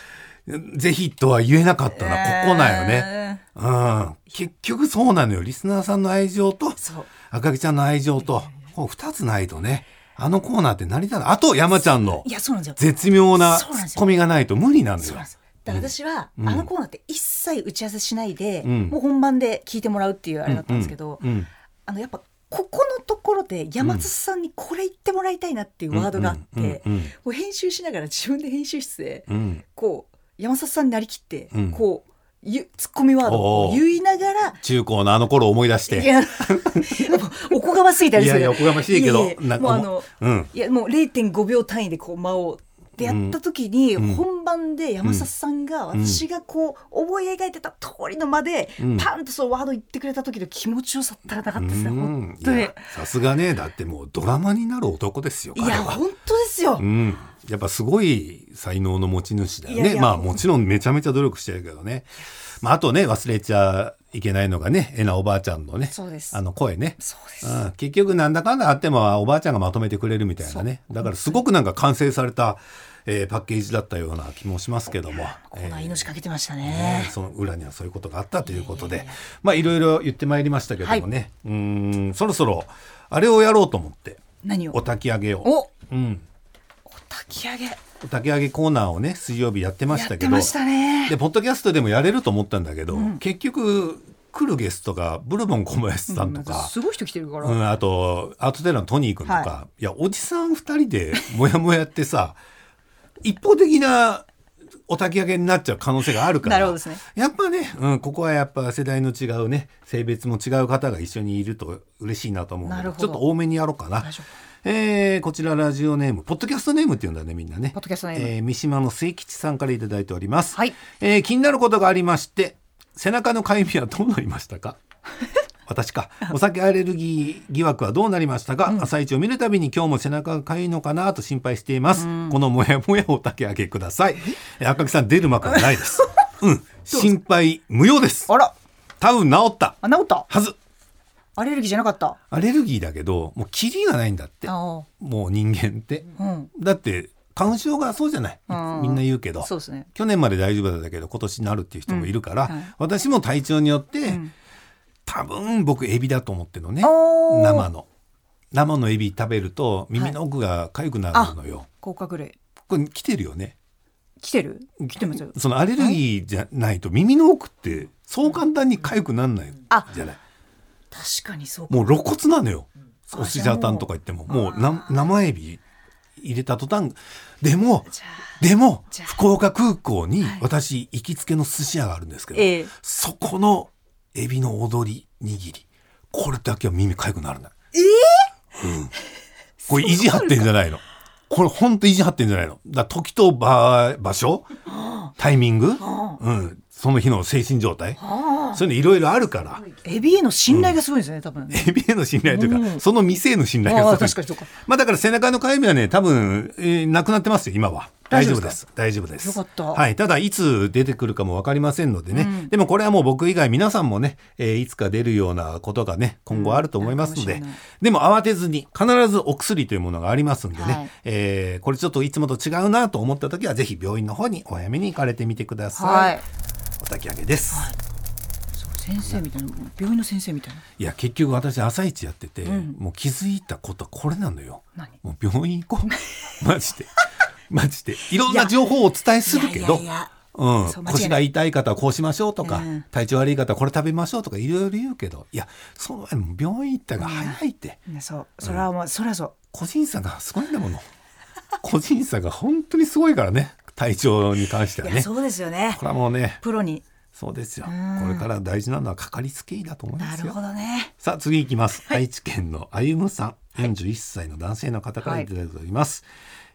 S1: ぜひとは言えなかったのはここなんよね。
S2: ね
S1: うん。結局そうなのよ。リスナーさんの愛情と、
S2: そう
S1: 赤木ちゃんの愛情と、こう二つないとね、あのコーナーって成り立たない。あと、山ちゃんの
S2: いやそうなんですよ
S1: 絶妙なツ
S2: そうなんです
S1: ッ
S2: よ
S1: コミがないと無理なんだ
S2: そう
S1: よ
S2: なんで。すよだから私は、
S1: うん
S2: あのコーナーって一切打ち合わせしないで、
S1: うん
S2: もう本番で聞いてもらうっていうあれだったんですけど、
S1: うん
S2: あのやっぱここのところで山津さんにこれ言ってもらいたいなっていうワードがあって、
S1: うん
S2: もう編集しながら自分で編集室で
S1: うんうん
S2: こう山里さんになりきって、
S1: うん
S2: こうゆツッコミワードを言いながら
S1: 中高のあの頃を思い出し
S2: い
S1: て。
S2: や おこがましいたり
S1: い
S2: す
S1: や
S2: る
S1: いや、おこがましいけ
S2: い
S1: ど
S2: え、いえ
S1: なん
S2: もう
S1: か
S2: あ
S1: も
S2: の
S1: う、うん。
S2: いやもう0.5秒単位でこう間をってやった時に、
S1: ん
S2: 本番で山里さんが
S1: ん
S2: 私がこう思い描いてた通りの間で、
S1: うん
S2: パンとそうワード言ってくれた時の気持ちよさったらなかったですね、
S1: うん
S2: 本
S1: い
S2: 当に
S1: やさすがね、だってもうドラマになる男ですよ、
S2: い
S1: 彼
S2: や
S1: は。
S2: 本当ですよ、
S1: うん。やっぱすごい才能の持ち主だよ
S2: いやい
S1: ね。
S2: や
S1: まあもちろんめちゃめちゃ努力してるけどね。まああとね、忘れちゃいけないのがね、えなおばあちゃんのね、
S2: そうです
S1: あの声ね。
S2: そうです、
S1: うん、結局なんだかんだあってもおばあちゃんがまとめてくれるみたいなねだからすごくなんか完成された、えーパッケージだったような気もしますけども、
S2: コーナー命かけてました
S1: えーね
S2: ね。
S1: その裏にはそういうことがあったということでまあいろいろ言ってまいりましたけどもね、うーんそろそろあれをやろうと思って
S2: 何を
S1: お焚き上げを、
S2: お
S1: うん、
S2: お炊き上げや
S1: お焚き上げコーナーをね水曜日やってましたけ
S2: って
S1: ど
S2: ましたね。
S1: でポッドキャストでもやれると思ったんだけど、結局来るゲストがブルボン小林さんと
S2: うん
S1: か。
S2: すごい人来てるから。
S1: うん、あとアートテラのトニー君とか、、
S2: はい
S1: やおじさん2人でモヤモヤってさ一方的なお焚き上げになっちゃう可能性があるから
S2: なるほどですね
S1: やっぱね、うん、ここはやっぱ世代の違うね性別も違う方が一緒にいると嬉しいなと思うの
S2: な
S1: で
S2: る
S1: ち
S2: ほど
S1: ょっと多めにやろうかな
S2: 大丈夫。
S1: えーこちらラジオネームポッドキャストネームっていうんだねみんなね
S2: ポッドキャストネーム
S1: え三島の末吉さんからいただいております、
S2: はい
S1: えー気になることがありまして背中のかゆみはどうなりましたか私かお酒アレルギー疑惑はどうなりましたが、朝一を見るたびに今日も背中がかゆいのかなと心配しています、このモヤモヤをお焚き上げくださいえ赤木さん出る幕はないです うん心配無用です
S2: あら
S1: 多分治った
S2: あ治った
S1: はず
S2: アレルギーじゃなかった
S1: アレルギーだけどもうキリがないんだって
S2: あ
S1: もう人間って、
S2: あうん
S1: だって花粉症がそうじゃない、
S2: うん
S1: みんな言うけど
S2: そうですね
S1: 去年まで大丈夫だったけど今年になるっていう人もいるから、
S2: うんはい
S1: 私も体調によって、
S2: ん
S1: 多分僕エビだと思ってるのね
S2: おー
S1: 生の生のエビ食べると耳の奥が痒くなるのよ、
S2: 甲殻類
S1: これ来てるよね
S2: 来てる来てますよ
S1: そのアレルギーじゃないと耳の奥ってそう簡単に痒くならない
S2: あ
S1: じゃない
S2: 確かにそうか
S1: もう露骨なのよ
S2: あ
S1: お寿司屋さんとか行ってももうな生エビ入れた途端でも
S2: じゃあ
S1: でも
S2: じゃあ
S1: 福岡空港に
S2: はい
S1: 私行きつけの寿司屋があるんですけど、
S2: ええ
S1: そこのエビの踊り握りこれだけは耳かゆくならない えうん、これ意地張ってんじゃないのこれほんと意地張ってんじゃないのだから時と場場所タイミング、
S2: あ
S1: うん、その日の精神状態
S2: ああ
S1: そういうのいろいろあるから
S2: エビへの信頼がすごいですね多分ね
S1: エビへの信頼というか、
S2: うん
S1: その店への信頼
S2: あ
S1: が
S2: あ
S1: すごい
S2: 確かにそうか
S1: まあだから背中のかゆみはね多分、えーなくなってますよ今は
S2: 大
S1: 大
S2: 丈
S1: 丈
S2: 夫
S1: 夫
S2: で
S1: ですす大丈夫です
S2: よかった
S1: はい、ただいつ出てくるかも分かりませんのでね、
S2: うん
S1: でもこれはもう僕以外皆さんもね、えーいつか出るようなことがね今後あると思いますので、
S2: うんあるかもし
S1: でも慌てずに必ずお薬というものがありますんでね、
S2: はい
S1: えーこれちょっといつもと違うなと思った時はぜひ病院の方にお早めに行かれてみてください、
S2: はい
S1: お焚き上げです、
S2: そう先生みたいな病院の先生みたいない
S1: や結局私朝一やってて、
S2: ん
S1: もう気づいたことはこれなのよ
S2: 何
S1: もう病院行こう マジでマジでいろんな情報をお伝えするけど
S2: いやいやいや
S1: うん
S2: そう間違いない
S1: 腰が痛い方はこうしましょうとか、
S2: うん
S1: 体調悪い方はこれ食べましょうとかいろいろ言うけどいやその前にもう病院行ったが早いって、
S2: ねそうそれはもうそれはそう
S1: 個人差がすごいんだもの個人差が本当にすごいからね体調に関してはいね
S2: や
S1: こ
S2: そうですよね
S1: れはもうね
S2: プロに
S1: そうですよ、
S2: うん
S1: これから大事なのはかかりつけ医だと思いま
S2: な
S1: すよ
S2: るほどね
S1: さあ次いきます、愛知県のあゆむさん41歳の男性の方からいただいております、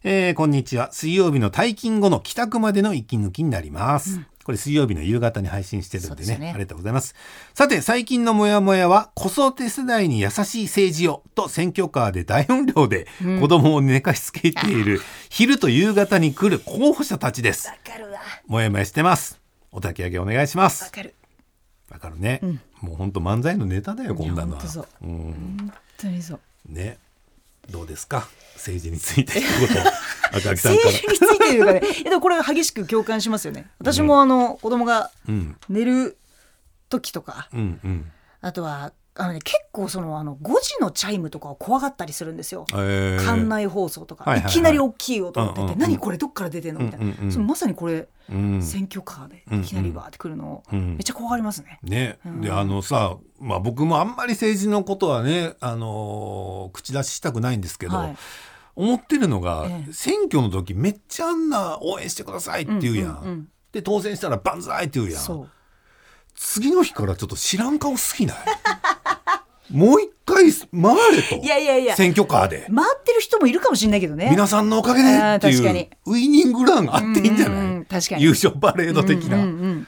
S1: えーこんにちは水曜日の退勤後の帰宅までの息抜きになります、これ水曜日の夕方に配信してる
S2: そ
S1: ん
S2: う
S1: で
S2: で
S1: ね
S2: すよね
S1: ありがとうございますさて最近のモヤモヤは子育て世代に優しい政治をと選挙カーで大音量で子供を寝かしつけている、 昼と夕方に来る候補者たちです
S2: かるわ
S1: モヤモヤしてますお焚き上げお願いします
S2: わかる
S1: わかるね、もうほんと漫才のネタだよこんなの
S2: いやほん
S1: は
S2: とそう
S1: うん
S2: 本当にそう
S1: ねどうですか政治についてってこと 赤木さんか
S2: 政
S1: ら
S2: 治についてというかね いやでもこれは激しく共感しますよね私もあの子供が
S1: うん
S2: 寝る時とか
S1: うんうん
S2: あとはあの、ね、結構そのあの5時のチャイムとかを怖がったりするんですよ
S1: えー
S2: 館内放送とか、
S1: はいは
S2: い
S1: いはい
S2: きなり大きい音が出て、
S1: うんうんうん
S2: 何これどっから出てんのみたいな、
S1: うんうんうん
S2: そのまさにこれ、
S1: うん
S2: 選挙カーで
S1: うんう
S2: い
S1: ん
S2: きなりバーってくるの、
S1: うん
S2: めっちゃ怖がりますね。
S1: ね、
S2: うん
S1: であのさ、まあ、僕もあんまり政治のことはね、あのー口出ししたくないんですけど、
S2: はい
S1: 思ってるのが、
S2: ええ
S1: 選挙の時めっちゃあんな応援してくださいって言うやん,、
S2: うんうんうん
S1: で当選したら万歳って言うやん
S2: そ
S1: 次の日からちょっと知らん顔すぎない もう一回回れと
S2: ういやいやいや回
S1: 選挙カーで
S2: ってる人もいるかもしれないけどね。
S1: 皆さんのおかげで
S2: あー
S1: って
S2: 確か
S1: い
S2: に
S1: うウイニングランあっていいんじゃない、
S2: うんうんうん確かに
S1: 優勝パレード的な。
S2: う
S1: うんん
S2: うんうん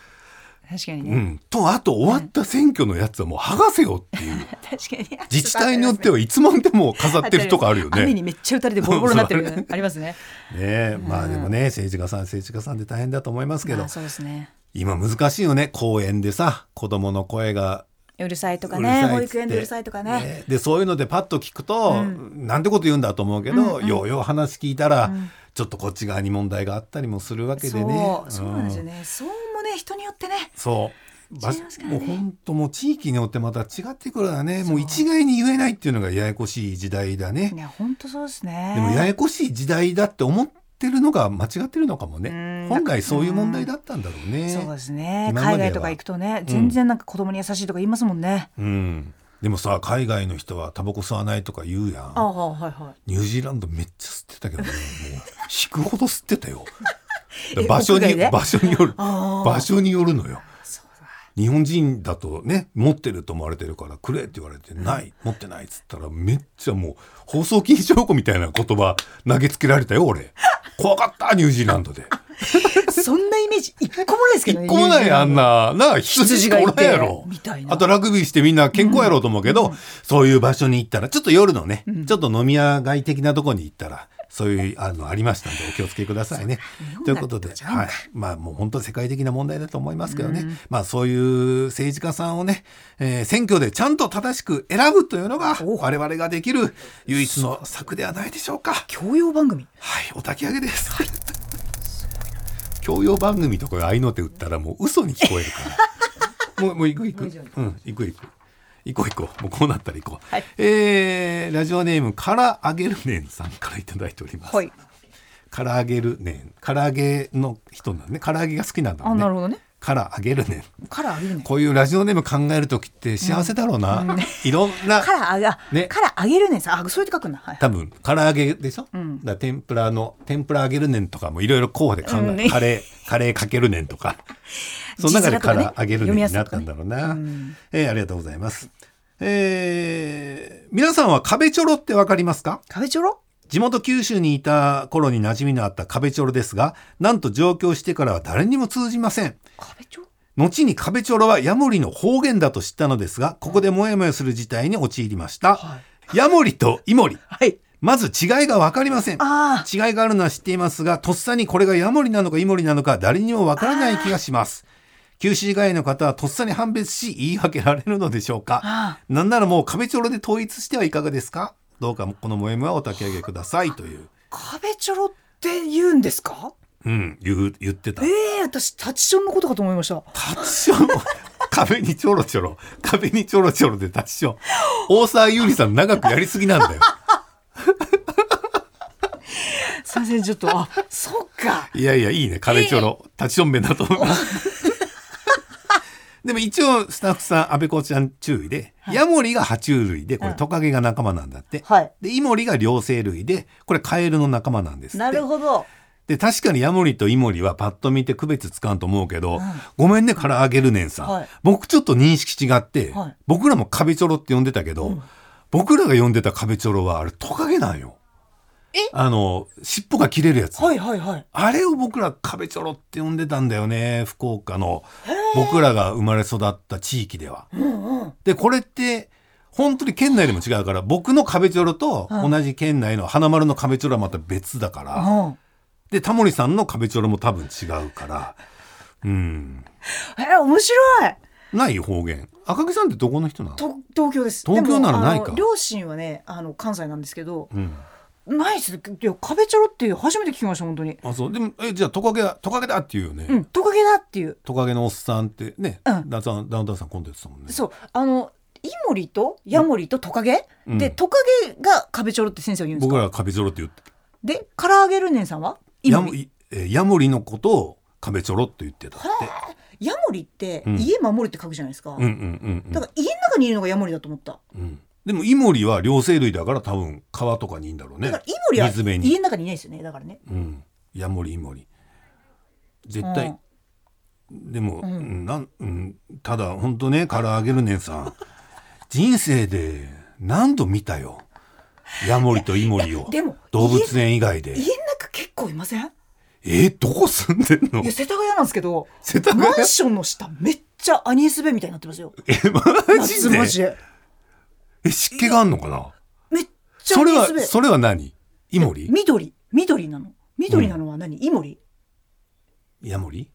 S2: 確かにね、
S1: とあと終わった選挙のやつはもう剥がせよ っていう
S2: 確かに
S1: 自治体によってはいつまでも飾ってるとこあるよね。
S2: 雨
S1: ね
S2: にめっちゃ打たれてボロボロになってるよねありますね。
S1: えまあでもね政治家さん政治家さんで大変だと思いますけど、
S2: まあそうですね。
S1: 今難しいよね公園でさ子供の声が
S2: うるさいとか
S1: うる
S2: ね、
S1: さいっつって
S2: 保育園でうるさいとかね。
S1: ねでそういうのでパッと聞くと、なんてこと言うんだと思うけど、ようよう話聞いたら、ちょっとこっち側に問題があったりもするわけでね。
S2: そう、そうなんです
S1: うん
S2: よね。騒音もね、人によってね。
S1: そう。
S2: 違いますからね
S1: もう本当もう地域によってまた違ってくるからねもう一概に言えないっていうのがややこしい時代だね
S2: いや、本当そうですね。
S1: でもややこしい時代だって思ってるのが間違ってるのかも
S2: うん
S1: ね本来そういう問題だったんだろう
S2: そう
S1: ね
S2: ですね。
S1: 今までは
S2: 海外とか行くとね、全然なんか子供に優しいとか言いますもんね。
S1: うんでもさ海外の人はタバコ吸わないとか言うや
S2: あ
S1: ん
S2: あ、はいは
S1: ニュージーランドめっちゃ吸ってたけどねもう引くほど吸ってたよだか
S2: え
S1: ら場所
S2: 屋外
S1: に
S2: で
S1: 場所による
S2: あー
S1: 場所によるのよ
S2: い。そうだ。
S1: 日本人だとね持ってると思われてるからくれって言われてない持ってないっつったらめっちゃもう放送禁止用語みたいな言葉投げつけられたよ俺怖かったニュージーランドで
S2: そんなイメージ一個もないですけどね
S1: 一個もないあん
S2: ニュージーラン
S1: な、なあ、羊し
S2: 羊
S1: か
S2: が
S1: お
S2: い
S1: ら
S2: て
S1: んやろ
S2: みたい。な
S1: あとラグビーしてみんな健康やろうと思うけど、そういう場所に行ったら、ちょっと夜のね、ちょっと飲み屋街的なとこに行ったら、そういう、あの、ありましたんで、お気をつけくださいね。ということで、はい。まあ、もう本当世界的な問題だと思いますけどね。まあ、そういう政治家さんをね、えー選挙でちゃんと正しく選ぶというのが、我々ができる唯一の策ではないでしょうか。
S2: ド教養番組
S1: はい、お焚き上げです。 教養番組とか合いの手打ったらもう嘘に聞こえる から。もう、もう行く行く。うん、行く行く。行こう行こう。もうこうなったら行こう。
S2: はい
S1: えーラジオネーム、からあげるねんさんからいただいております。
S2: はい
S1: からあげるねん。から揚げの人なんでね。から揚げが好きなんだろ
S2: あ
S1: うね。
S2: なるほどね
S1: からあげるねん。
S2: カラーあげるね
S1: こういうラジオネーム考えるときって幸せだろうな。いろん な。
S2: カラーあが、
S1: ね
S2: カラーあげるねんさんあそうやって書くんだはい
S1: 多分唐揚げでしょ、
S2: ん
S1: だから天ぷらの天ぷら揚げるねんとかもいろいろ候補で考え、
S2: うんね
S1: カレーカレーかけるねんと かその中で
S2: 字面とかね
S1: 唐揚げるねんになったんだろうな、えーありがとうございます、えー皆さんは壁チョロってわかりますか
S2: 壁チョロ
S1: 地元九州にいた頃に馴染みのあった壁チョロですがなんと上京してからは誰にも通じません
S2: 壁チョロ
S1: 後に壁チョロはヤモリの方言だと知ったのですがここでモヤモヤする事態に陥りました、
S2: は
S1: ヤモリとイモリ
S2: はい
S1: まず違いが分かりません。
S2: あ
S1: 違いがあるのは知っていますが、とっさにこれがヤモリなのかイモリなのか誰にも分からない気がします。九州以外の方はとっさに判別し言い分けられるのでしょうか
S2: あ。
S1: なんならもう壁チョロで統一してはいかがですかどうかこのモヤモヤをお焚き上げくださいという。
S2: 壁チョロって言うんですか
S1: うん、言う言ってた
S2: え。え私タッチションのことかと思いました
S1: タッション壁にちょろちょろ。壁にちょろちょろでタッション。大沢優里さん長くやりすぎなんだよ。
S2: すいませんちょっとあそっか
S1: いやいや、いいね。壁チョロ。立ちションベンだと思います。でも一応、スタッフさん、安倍子ちゃん注意で、ヤモリが爬虫類で、これトカゲが仲間なんだって。
S2: はい
S1: で、イモリが両生類で、これカエルの仲間なんですって。
S2: ほど
S1: で、確かにヤモリとイモリはパッと見て区別つかんと思うけど、ごめんね、からあげるねんさん、
S2: はい
S1: 僕ちょっと認識違って、
S2: はい
S1: 僕らも壁チョロって呼んでたけど、僕らが呼んでた壁チョロは、あれトカゲなんよ。
S2: え
S1: あの、尻尾が切れるやつ。
S2: はいはいはい
S1: あれを僕ら壁チョロって呼んでたんだよね、福岡の。僕らが生まれ育った地域では。で、これって、本当に県内でも違うから、僕の壁チョロと同じ県内の花丸の壁チョロはまた別だから、
S2: うん
S1: で、タモリさんの壁チョロも多分違うから、うん。
S2: えー、面白い
S1: ない方言。赤木さんってどこの人なの
S2: と東京です
S1: 東京なら
S2: でも
S1: ないか
S2: あの両親はねあの関西なんですけど
S1: うん。
S2: ないですいや壁チャロっていう初めて聞きました本当に
S1: あ、そう。でも、え、じゃあトカゲだ、トカゲだって言うよね。
S2: うんトカゲだっていう
S1: トカゲのおっさんってね、
S2: うん
S1: ダウンタウンダウンタウンさん今度やってたもんね。
S2: そうあのイモリとヤモリとトカゲ、
S1: うん
S2: でトカゲが壁チョロって先生は言うんです
S1: 僕
S2: か
S1: が
S2: ら
S1: 壁チョロって言って
S2: でカラーゲルネンさんはイ
S1: ヤ
S2: モ
S1: モ
S2: リ
S1: リえーヤモリのことを壁ちょろって言ってたって。
S2: ヤモリって
S1: うん
S2: 家守るって書くじゃないですか、
S1: うんうんうん
S2: だから家の中にいるのがヤモリだと思った
S1: うん、うん。でもイモリは両生類だから多分川とかにいいんだろう
S2: だ
S1: ね
S2: から。イモリは
S1: 水
S2: 家
S1: 辺に。
S2: の中にいないですよねだからね
S1: うん。ヤモリイモリ。絶対。でも、うん、なん、うん、ただ本当ね、からあげるねんさん。 人生で何度見たよ。ヤモリとイモリを
S2: でも
S1: 動物園以外で
S2: 家の中結構いません
S1: えどこ住んでんの
S2: いや世田谷なんですけど
S1: 世田谷
S2: マンションの下めっちゃアニエスベみたいになってますよ
S1: えマジ
S2: 夏マジ
S1: で
S2: で
S1: え湿気があんのかな
S2: めっちゃ
S1: そ
S2: ア
S1: れ
S2: ニエ
S1: は
S2: スベ
S1: それは何イモリ
S2: 緑緑なの緑なのは何、イモリ
S1: ヤモリ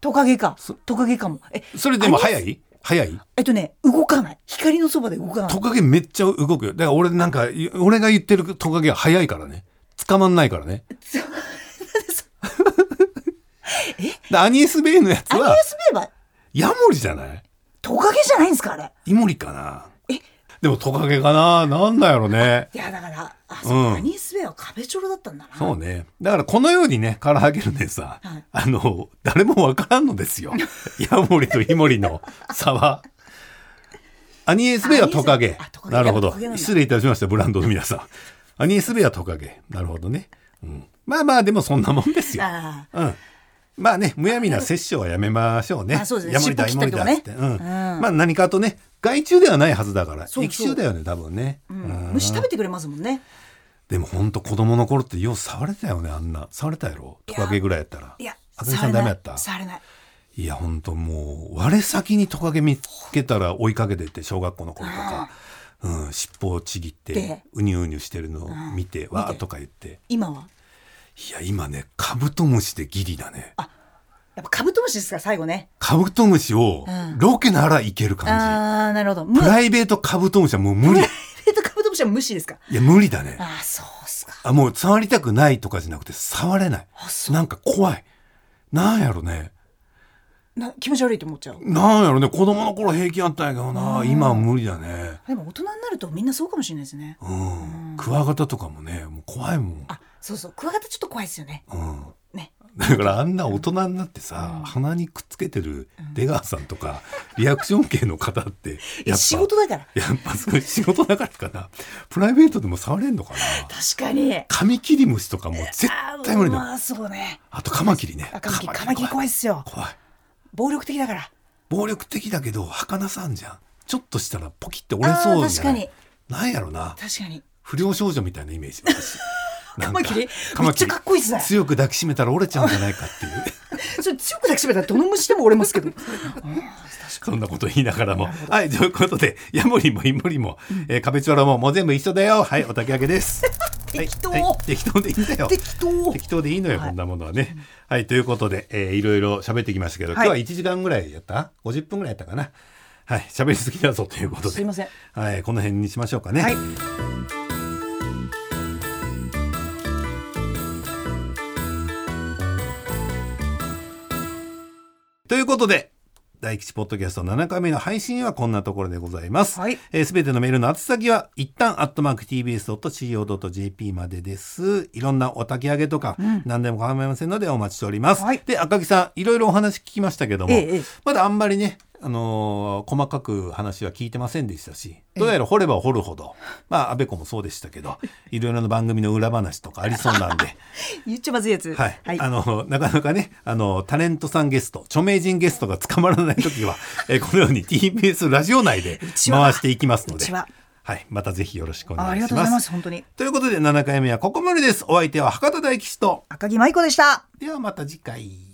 S2: トカゲかトカゲかもえ
S1: それでも早
S2: あ
S1: い早い
S2: えっとね動かない光のそばで動かない
S1: トカゲめっちゃ動くよ。だから俺なんか、い俺が言ってるトカゲは早いからね。捕まんないからね。 でアニエス・ベイのやつ
S2: アニエ
S1: は、
S2: スベは
S1: ヤモリじゃない
S2: トカゲじゃないんですかあれ
S1: イモリかな
S2: え
S1: でもトカゲかななんだろうね。
S2: いやだからあそう、
S1: うん
S2: アニエスベは壁チョロだったんだな
S1: そうね。だからこのようにね、カラーゲルネさ、
S2: はい
S1: あの、誰もわからんのです よ。ヤモリとイモリの差は。アニエスベはトカゲ
S2: あ。トカゲ
S1: なるほ
S2: やっ
S1: ど
S2: ぱトカゲ。なんだ
S1: 失礼いたしました、ブランドの皆さん。アニエスベはトカゲ。なるほどね。うん。まあまあ、でもそんなもんですよ。
S2: ああ
S1: うん。まあね、むやみな殺生はやめましょうね。
S2: あそうですね
S1: ヤモリだ、イ
S2: 尻尾
S1: モ
S2: 切っ
S1: リ
S2: た
S1: だ
S2: り
S1: っ
S2: と
S1: て。う。
S2: かねうんん
S1: まあ何かとね、害虫ではないはずだから、
S2: そうそう
S1: 益虫だよね、多分ね。う
S2: うん
S1: ん
S2: 虫食べてくれますもんね
S1: でもほんと子供の頃ってよう触れたよねあんな触れたやろトカゲぐらいやったら
S2: いや
S1: あかり
S2: 触
S1: さん
S2: れ
S1: ダ
S2: ない
S1: メだった
S2: 触れない
S1: いや本当もう我先にトカゲ見つけたら追いかけてって小学校の頃とか、うん、尻尾をちぎって
S2: で
S1: うにゅうにゅしてるのを見て、
S2: うん
S1: わ
S2: 見
S1: ー
S2: て
S1: とか言って
S2: 今はい
S1: や今ねカブトムシでギリだね
S2: やっぱカブトムシですから最後ね
S1: カブトムシを
S2: うん
S1: ロケならいける感
S2: ああなるほど
S1: じ、
S2: む
S1: プライベートカブトムシはもう無 理い
S2: えっとカブトムシは無視ですか
S1: や無理だね
S2: ああそうっすか
S1: あもう触りたくないとかじゃなくて触れない
S2: あそう
S1: なんか怖いなんやろね
S2: な気持ち悪いと思っちゃう
S1: なんやろね子供の頃平気あったんやけどな
S2: うん
S1: 今は無理だね
S2: でも大人になるとみんなそうかもしれないですね
S1: うん
S2: うん
S1: クワガタとかもねもう怖いもん
S2: あそうそうクワガタちょっと怖いですよね
S1: うん
S2: ね
S1: だからあんな大人になってさ、
S2: うん
S1: 鼻にくっつけてる出川さんとか、リアクション系の方って
S2: え
S1: やっぱ
S2: 仕事だから
S1: やっぱすごい仕事だからかなプライベートでも触れんのかな
S2: 確かに
S1: カミキリムシとかも絶対無理
S2: あー
S1: だ
S2: まあそうね
S1: あとカマキリね
S2: あカマキリカマキリ怖
S1: い
S2: いっすよ
S1: 怖い
S2: 暴力的だから
S1: 暴力的だけど儚さんじゃんちょっとしたらポキって折れそうじゃない
S2: あー確
S1: なんやろな
S2: 確かに
S1: 不良少女みたいなイメージ私な
S2: カ
S1: んか
S2: マキリ
S1: カ
S2: め
S1: マ
S2: っち
S1: キ
S2: ゃ
S1: リ
S2: かっこいいっすね
S1: 強く抱きしめたら折れちゃうんじゃないかっていう
S2: それ強く抱きしめたらどの虫でも折れますけどうん
S1: そんなこと言いながらもはいということでヤモリもイモリも、えー、カベチョラももう全部一緒だよはいおたき上げです
S2: 適当
S1: はいはい 適当でいいんだよ
S2: 適当
S1: 適当でいいのよ、
S2: はい
S1: こんなものはね。はい、ということで、えーいろいろ喋ってきましたけど、
S2: はい
S1: 今日は1時間ぐらいやった ?50 分ぐらいやったかなはい、喋りすぎだぞということで。
S2: すいません
S1: はい、この辺にしましょうかね。
S2: はい
S1: ということで、大吉ポッドキャスト7回目の配信はこんなところでございます。
S2: はい
S1: えーすべてのメールの宛先は、一旦、アットマーク tbs.co.jp までです。いろんなお焚き上げとか、何でも構いませんのでお待ちしております。
S2: はい
S1: で、赤木さん、いろいろお話聞きましたけども、
S2: ええええ
S1: まだあんまりね、あのー細かく話は聞いてませんでしたし、どうやら掘れば掘るほど、まあ、安倍子もそうでしたけど、いろいろな番組の裏話とかありそう なんで、
S2: 言っちゃまずいやつ
S1: はい、
S2: はい
S1: あのなかなかねあのタレントさんゲスト著名人ゲストが捕まらない時は えーこのように TBS ラジオ内で
S2: ちは
S1: 回していきますの
S2: う
S1: で
S2: ちは
S1: はい、またぜひよろしくお
S2: ああ
S1: 願
S2: り
S1: い
S2: が
S1: し
S2: とうご
S1: ま
S2: ざい
S1: す。
S2: ます本当に
S1: ということで7回目はここまでですお相手は博多大吉と
S2: 赤木舞子でした
S1: ではまた次回。